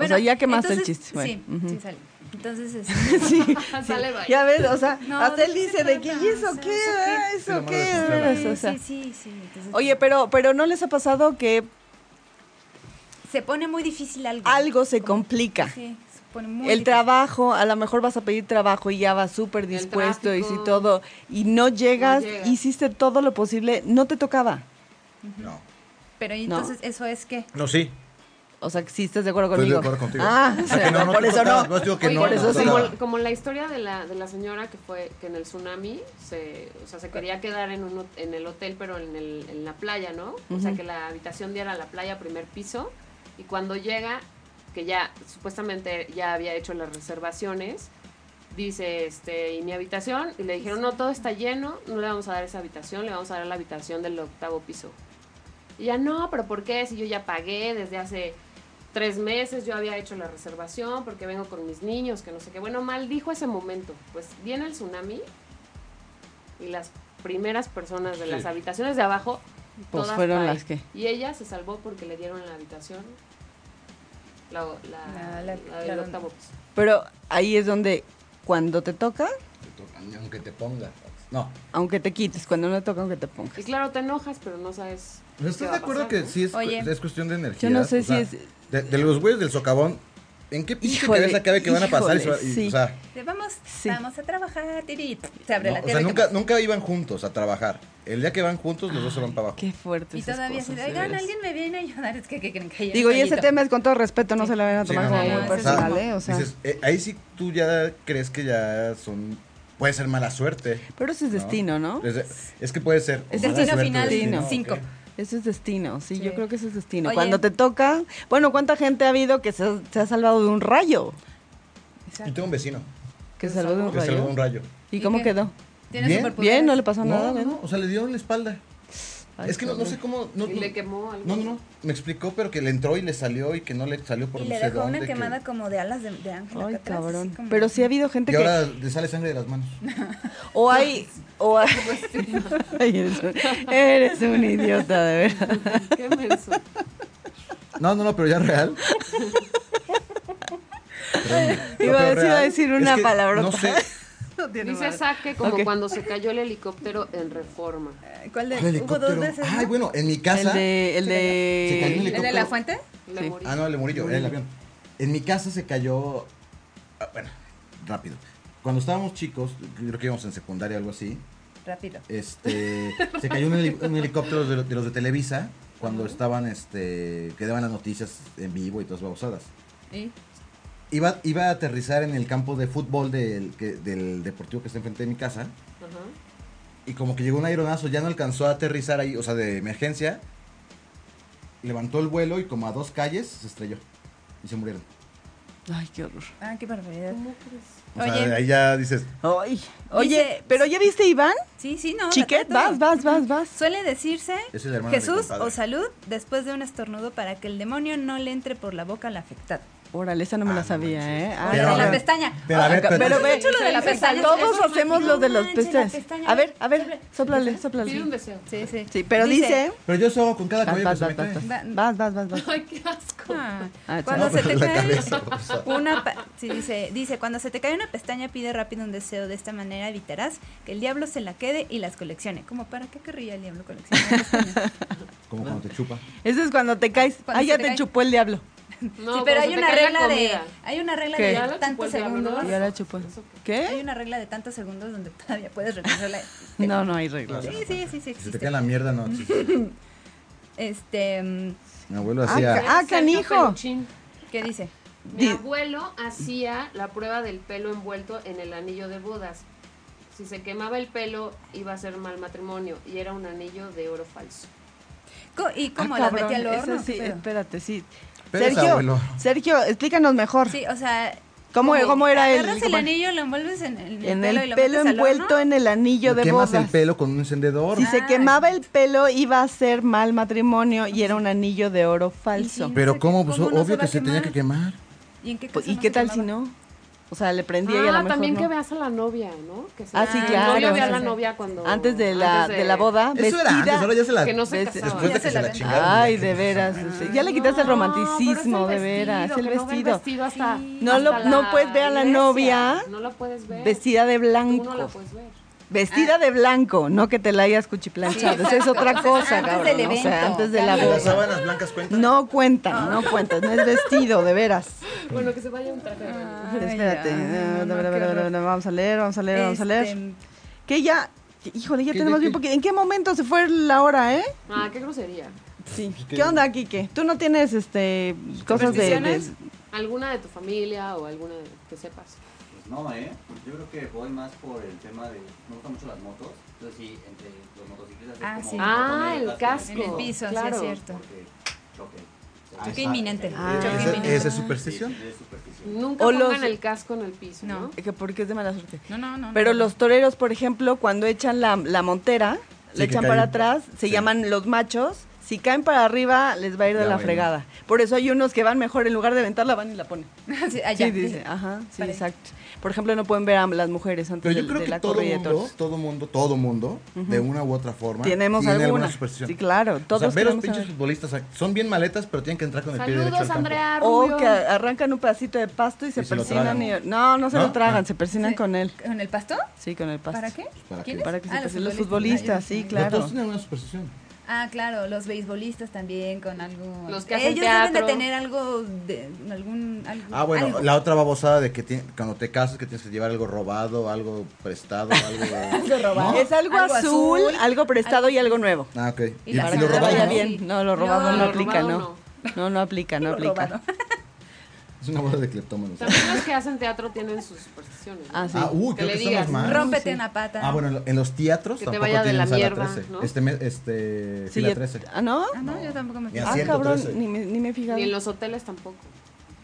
sea, ya quemaste el chiste,
Sí,
bueno, ujú.
sí, sale. Entonces, este, es,
Sí,
Sale, vaya.
ya ves, o sea,
No,
hasta él
¿de qué
dice
se
de que,
trata?
¿y eso
O sea,
qué?
¿eso
Ah,
qué?
Sí, la
¿Eso
mano
qué?
descontrolada.
Ah, o sea.
sí, sí, sí. entonces-
Oye, pero, pero ¿no les ha pasado que
se pone muy difícil algo.
algo se
Como-
complica?
Sí, se pone muy
el
difícil.
trabajo, a lo mejor vas a pedir trabajo y ya vas súper dispuesto y si
tráfico.
todo, y no llegas,
No llegas.
hiciste todo lo posible, no te tocaba.
No.
Pero ¿y
¿No?
entonces, ¿eso es qué?
No, sí.
O sea, si estás de acuerdo
Estoy de
conmigo.
acuerdo contigo.
Ah,
O
o
sea,
sea,
que no, no
por
te
eso
tocaba.
no.
Yo digo que
Oye,
no,
por
no
eso
te
sí.
tocaba.
como, como la historia de la, de la señora que fue que en el tsunami se, o sea, se quería quedar en, un, hot- en el hotel pero en, el, en la playa, ¿no? O sea,
Ujú.
que la habitación diera a la playa primer piso y cuando llega, que ya supuestamente ya había hecho las reservaciones, dice, este, ¿y mi habitación? Y le dijeron, no, todo está lleno, no le vamos a dar esa habitación, le vamos a dar la habitación del octavo piso. Y ya no, pero ¿por qué? Si yo ya pagué desde hace tres meses, yo había hecho la reservación porque vengo con mis niños, que no sé qué. Bueno, mal dijo ese momento. Pues viene el tsunami y las primeras personas de las habitaciones de abajo,
Pues
todas
fueron
pay.
las que-
Y ella se salvó porque le dieron la habitación, la, la,
La- la-
la del
la-
octavo piso.
Pero ahí es donde, cuando te toca,
Aunque te ponga. No.
aunque te quites, cuando no te toca, aunque te pongas.
Y claro, te enojas, pero no sabes.
Pero
qué
¿Estás
va
de
a
acuerdo
pasar,
que
¿no?
sí es, cu-
Oye.
es cuestión de energía?
Yo no sé
O sea,
si es-
De, de los güeyes del socavón, ¿en qué pinche
Híjole,
cabeza cabe que van a pasar? y se va-
híjole,
y,
sí.
O sea,
De, vamos,
Sí.
vamos a trabajar, tirit. Se abre
no,
la
o sea
tierra. y
nunca,
te-
nunca iban juntos a trabajar. El día que van juntos, los dos se van para abajo.
Qué fuerte.
Y
esas
todavía
cosas,
así de,
de
oigan,
veras.
alguien me viene a ayudar. Es que, que creen que ayer
Digo, y ese
solito.
tema es con todo respeto, no se la vayan a
Sí,
tomar
no,
como
no,
muy
no,
personal,
o sea,
¿eh? O sea,
Dices, eh, ahí sí tú ya crees que ya son. Puede ser mala suerte.
pero eso es
¿no?
destino, ¿no?
Es, de- es que puede ser. o
Es
mala
Destino
suerte,
final
destino.
cinco.
ok.
Eso es destino, sí,
Sí.
yo creo que eso es destino.
Oye.
Cuando te toca, bueno, ¿cuánta gente ha habido que se, ha- se ha salvado de un rayo?
Yo tengo un vecino
Que se salvó de un
que se
rayo.
le dio un rayo.
¿Y
¿Y
cómo
qué? Pues
quedó?
¿Tienes
Bien.
superpoderes?
Bien, no le pasó nada,
No, no,
¿verdad?
no, o sea, le dio en la espalda.
Ay,
es que no, no
pobre.
sé cómo. No,
Y le quemó algo.
No, no, no. Me explicó, pero que le entró y le salió y que no le salió por
Y
no
le
sé
dejó una
dónde, que-
quemada como de alas de, de ángel.
Ay,
acá atrás, así
cabrón.
como-
Pero sí ha habido gente
Y
que.
ahora le sale sangre de las manos.
O hay. O hay...
Pues
Ay, eres, un, eres un idiota, de verdad.
Qué menso.
No, no, no, pero ya real. Perdón, no,
Iba a
pero
decir- iba a
real.
decir
Es
una
que
palabrota.
No sé.
Dice saque como
Ok.
cuando se cayó el helicóptero en reforma.
Eh, ¿Cuál de?
El
Hubo dos
helicóptero.
veces.
Ay,
¿no?
bueno, en mi
El
casa.
de. El
Se cayó un
de...
¿El de la fuente?
La
Sí.
morí.
Ah, no, el de Murillo, era el avión. En mi casa se cayó. ah, Bueno, rápido. Cuando estábamos chicos, creo que íbamos en secundaria o algo así.
Rápido.
este se cayó un, heli- un helicóptero de, lo- de los de Televisa cuando estaban este que daban las noticias en vivo y todas babosadas.
¿Y?
Iba, iba a aterrizar en el campo de fútbol del, que- del deportivo que está enfrente de mi casa
Ajá.
y como que llegó un aeronazo, ya no alcanzó a aterrizar ahí, o sea, de emergencia levantó el vuelo y como a dos calles se estrelló y se murieron.
Ay, qué horror.
Ah, qué barbaridad.
O sea,
Oye.
ahí ya dices,
Ay. Oye,
Dice-
pero ya viste Iván?
Sí, sí, no. la
Chiquet,
trato.
vas, vas, vas, vas.
Suele decirse
es el hermano de mi
Jesús
compadre.
o salud después de un estornudo para que el demonio no le entre por la boca al afectado.
Órale, esa no me la sabía, ¿eh? Ah,
Pero,
a
la
ver,
pestaña.
pero a ver, pero-
Pero ve,
Eso es lo de la pestaña.
todos
Eso es
hacemos
romántico.
lo de los
No manches, la
pestañas.
pestaña.
A ver, a ver, sóplale,
Pide un
sóplale.
deseo.
Sí, sí.
Sí, pero dice...
Pero yo eso hago con cada
Vas,
cabello que
vas,
se
vas,
me cae.
vas,
cae.
vas, vas, vas, vas.
Ay, qué asco.
Ah,
Ah,
cuando
chao.
se te
La
cae
cabeza, o sea.
una pa- sí, dice, dice, cuando se te cae una pestaña pide rápido un deseo, de esta manera evitarás que el diablo se la quede y las coleccione. Como para qué querría el diablo coleccionar pestañas?
Ah.
Como cuando te chupa.
Eso es cuando te caes.
Cuando
Ah,
se
ya
te
te
cae.
chupó el diablo.
No,
sí, pero
cuando se
hay
te
una
cae la
regla de
comida.
hay una regla
¿Qué?
de
Ya
la
tantos
chupó el diablo,
segundos.
¿no?
Ya la chupó.
Hay
¿Qué?
una regla de tantos segundos donde todavía puedes reconocerla.
No, no hay reglas.
Sí, sí, sí, sí
Si se te
existe.
cae en la mierda, no.
Este, mm,
Mi abuelo
Ah,
hacía.
ca- Ah,
Sergio
canijo.
Peluchín.
¿qué dice?
Mi
Di-
abuelo hacía la prueba del pelo envuelto en el anillo de bodas. Si se quemaba el pelo, iba a ser mal matrimonio y era un anillo de oro falso.
Co- ¿Y cómo
Ah,
la
cabrón,
metí al
eso
horno?
sí,
¿Qué pedo?
espérate, sí.
Pero es
Sergio,
abuelo.
Sergio, explícanos mejor.
Sí, o sea,
¿Cómo- cómo era el-
agarras el
cómo-
anillo, lo envuelves en el,
En
pelo y
el
lo
pelo
metes al
envuelto
horno?
en el anillo de
quemas
bodas.
el pelo con un encendedor.
Si se
Ah,
quemaba el pelo iba a ser mal matrimonio y era un anillo de oro falso.
no
Pero
sé
cómo,
qué-
pues
cómo no se
obvio
va
que
a
se tenía que quemar.
¿Y en qué,
Pues,
casa
¿Y
no
qué
se
tal si
quemaba?
no? O sea, le prendía y a lo
Ah,
mejor
también
no.
que veas a la novia, ¿no? Que se-
Ah, sí,
el
claro.
novio ve a
Sí,
la
sí.
novia cuando...
Antes de la, de la boda,
Eso
vestida.
era antes, ahora ya se la.
Que no se
Ves-
casaba.
Después
Ya se
de que
la
se la
ven-
chingaron.
Ay,
ya.
de veras. sí, Ya le quitaste el
No,
romanticismo,
pero es el
de veras.
vestido,
El
que no ve
vestido.
hasta-
Sí.
No lo-
hasta
no
la
puedes ver a la
iglesia.
novia
No la puedes ver.
Vestida de
Tú no la
blanco.
puedes ver.
Vestida de blanco, no que te la hayas cuchiplanchado. Esa es otra cosa,
Antes
cabrón.
del
¿no? O sea,
evento.
antes de la
¿Y las
boda.
sábanas blancas cuentan?
No cuentan, no cuentan. No es vestido, de veras.
Bueno, que se vaya un traje. de baño.
Ay,
Espérate.
ya,
no,
no,
no,
qué
no, no,
horror.
no, Vamos a leer, vamos a leer, vamos a leer.
Este,
Que ya. que- Híjole, ya
¿Qué-
tenemos
qué-
bien
qué?
poquito. ¿En qué momento se fue la hora, eh?
Ah, qué grosería.
Sí.
¿Qué-
¿Qué onda, Kike? ¿Tú no tienes este cosas de- de,
¿Supersticiones? ¿Alguna de tu familia o alguna de- que sepas?
Pues no, ¿eh? Yo creo que voy más por el tema de... Me gustan mucho las motos. Entonces sí, entre los motociclistas es
Ah,
como
sí.
Ah,
poner
el casco.
En el piso, sí,
Claro.
es cierto.
Porque choque.
Choque inminente.
Ah,
Choque
ese-
inminente.
¿Esa es
Sí,
superstición?
es superstición.
Nunca
O
pongan
los-
el casco en el piso, ¿no?
No.
Que porque es de mala suerte.
No, no, no.
Pero
no.
los toreros, por ejemplo, cuando echan la, la montera,
Sí,
le
que
echan
caen.
para atrás, se
Sí.
llaman los machos. Si caen para arriba, les va a ir de
Ya
la
bueno.
fregada. Por eso hay unos que van mejor, en lugar de aventarla, van y la ponen.
Sí, allá.
sí, dice. Ajá, sí,
Para-
exacto. Por ejemplo, no pueden ver a las mujeres antes
Pero yo
de,
creo
de
que
la
todo
corrida de
mundo,
toros.
todo mundo, todo mundo, de una u otra forma,
Tenemos
tiene
alguna.
superstición.
Sí, claro, todos
o sea, ver a los
tenemos
pinches
alguna.
futbolistas ah, son bien maletas, pero tienen que entrar con el pie derecho al
Saludos,
campo.
Andrea Ah, Rubio.
O Oh, que arrancan un pedacito de pasto y se
Y se lo
persinan.
tragan.
y- no, no se
¿No?
lo tragan,
Ah.
se persinan
Sí.
con él.
¿Con el pasto?
Sí, con el pasto.
¿Para qué?
para que-
¿Quiénes?
para que se
Ah,
pasen los futbolistas, sí,
Ah,
claro.
Pero todos tienen una superstición.
Ah, claro, los beisbolistas también con algo.
Los que hacen
Ellos deben
teatro.
de tener algo de algún algo-
Ah, bueno,
algo.
la otra babosada de que ti- cuando te casas que tienes que llevar algo robado, algo prestado, algo...
robado.
Es algo,
Algo
azul,
azul,
algo prestado y algo nuevo.
ah, ok.
Y
Y,
la
y
Para
lo
que te
robado,
vaya
¿no?
bien. No, lo robado
No,
no,
lo
aplica,
robado
no. No, no aplica, no
Lo
aplica.
robado.
Es una boda de cleptómanos.
También los que hacen teatro tienen sus supersticiones. ¿no?
Ah, sí.
Ah, uy,
Que
creo
le
que
digas,
estamos mal.
Rómpete
sí.
una pata.
Ah, bueno, en lo- en los teatros
Que te
tampoco
vaya de
tienen
la
sala
mierda,
13.
¿no?
Este, me- este,
Sí,
fila
ya-
13.
¿Ah, no?
Ah, no, yo tampoco me
Ni
Ah,
así. 113.
cabrón, ni me, ni me he fijado.
Ni en los hoteles tampoco.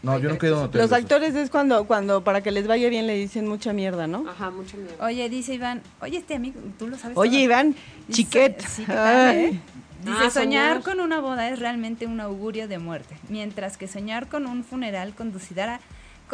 No, yo no quedo en hotel.
Los
de esos.
actores es cuando, cuando para que les vaya bien le dicen mucha mierda, ¿no?
Ajá, mucho miedo.
Oye, dice Iván, oye, este amigo, tú lo sabes.
Oye,
todo.
Iván,
Dice-
chiquet.
Sí, ¿qué tal,
Ay.
eh? Dice,
Ah,
soñar
soñar.
con una boda es realmente un augurio de muerte, mientras que soñar con un funeral conducirá,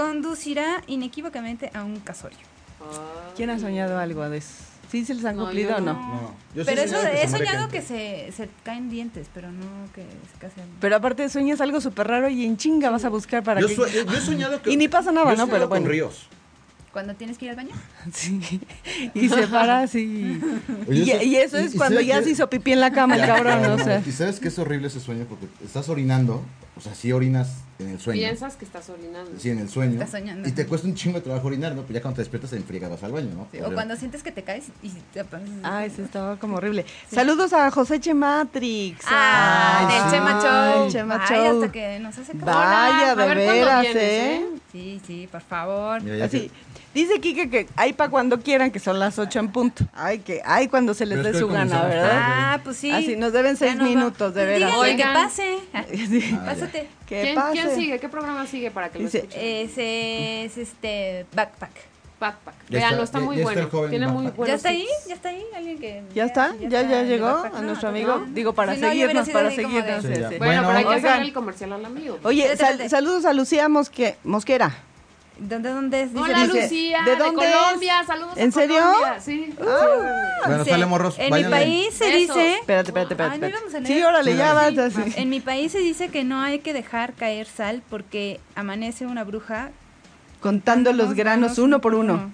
conducirá inequívocamente a un casorio.
Ay.
¿Quién ha soñado algo de eso? ¿Sí se les han
No,
cumplido
yo
o no?
no.
No, yo sí
pero
he
eso,
soñado que
he
se muere
soñado
gente.
que se, se caen dientes, pero no que se casen.
Pero aparte sueñas algo súper raro y en chinga vas a buscar para
yo,
que...
sue- yo- yo he soñado que.
Y ni pasa nada,
yo he
¿no?
soñado
Pero bueno.
Con ríos.
Cuando tienes que ir al baño.
Sí. Y se para así.
Oye,
Y,
eso-
y eso
y-
es
y
cuando
sabes
ya
que-
se hizo pipí en la cama, el Ah, cabrón, o sea.
Y sabes que es horrible ese sueño porque estás orinando, o sea, sí orinas en el sueño.
Piensas que estás orinando.
Sí, en el sueño.
Estás soñando.
Y te cuesta un chingo de trabajo orinar, ¿no? Pues ya cuando te despiertas en friega vas al baño, ¿no?
Sí, o cuando sientes que te caes y te apareces.
Ay, sí, estaba como horrible. Saludos a José Chematrix.
Ah,
Ay,
del
sí.
Chema Show.
Ay, Chema
Ay,
Show.
hasta que nos hace caso.
Hola,
Vaya,
a
de
ver cuándo
veras,
vienes,
¿eh?
Sí, sí, por favor.
Mira, ya
Así.
que-
Dice Kike que hay para cuando quieran, que son las 8 en punto. Ay, que ay cuando se les
Pero
dé
es que
su
hoy
gana,
comenzamos
¿verdad?
tarde.
Ah, pues sí.
Así, nos deben
Ya
seis
nos va.
minutos, de
Pues
veras.
díganle que
Oigan.
pase. Ah,
Sí.
Ah, ya.
Pásate.
Que
¿Quién,
pase.
quién sigue? ¿Qué programa sigue para que lo
Dice,
escuchen?
Ese es este backpack.
Backpack.
Ya
Veanlo,
está,
está
ya-
muy
ya está el
bueno.
joven
Tiene muy
Backpack.
buenos
¿Ya está ahí?
tips.
¿Ya está ahí? ¿Alguien que.?
¿Ya está? ¿Ya- ya
el de
llegó
Backpack?
a
No,
nuestro
no,
amigo?
no.
Digo, para
Si no, yo hubiera
seguirnos,
sido
para
así como de-
seguirnos.
Sí, ya.
sí.
Bueno,
Bueno,
pero hay que
oigan.
hacer el comercial al amigo.
Oye, sal-
Espérate. Ah,
saludos a Lucía Mosque, Mosquera.
¿Dónde, dónde es? Dice-
Hola
dice-
Lucía,
¿de
de,
dónde es?
Colombia, saludos
¿En
a
serio? Ah.
Colombia. Sí.
Bueno,
dice,
sale morros.
En mi
váyanle.
país se
Besos.
dice.
Espérate, espérate, espérate.
Ay, ¿no
espérate.
íbamos a leer?
sí, órale,
Sí,
ya
dale.
vas.
Ah, En mi país se dice que no hay que dejar caer sal porque amanece una bruja.
Contando los granos uno por uno.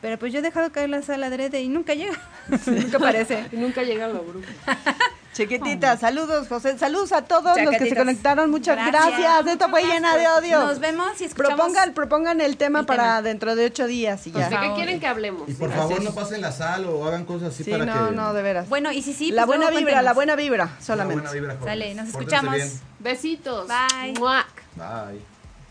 Pero pues yo he dejado caer la sal adrede y nunca llega. nunca aparece.
Y nunca llega la bruja.
Chiquitita, saludos, José. Saludos a todos los que se
Chacatitos.
conectaron. Muchas gracias.
Gracias.
Esto fue llena de odio.
Nos vemos y escuchamos.
Propongan, propongan el tema
el
para
tema. Pues
dentro de ocho días y
¿De
ya.
favor.
qué quieren que hablemos?
Y por
Así
favor
es.
no pasen la sal o hagan cosas así
Sí,
para
no,
que...
no, de veras.
Bueno, y si sí,
la
pues
buena
luego
vibra,
cuéntenos.
la buena vibra,
Una buena
solamente.
vibra, jóvenes.
Sale, nos
Pórtense
escuchamos.
bien.
Besitos.
Bye.
Muac.
Bye.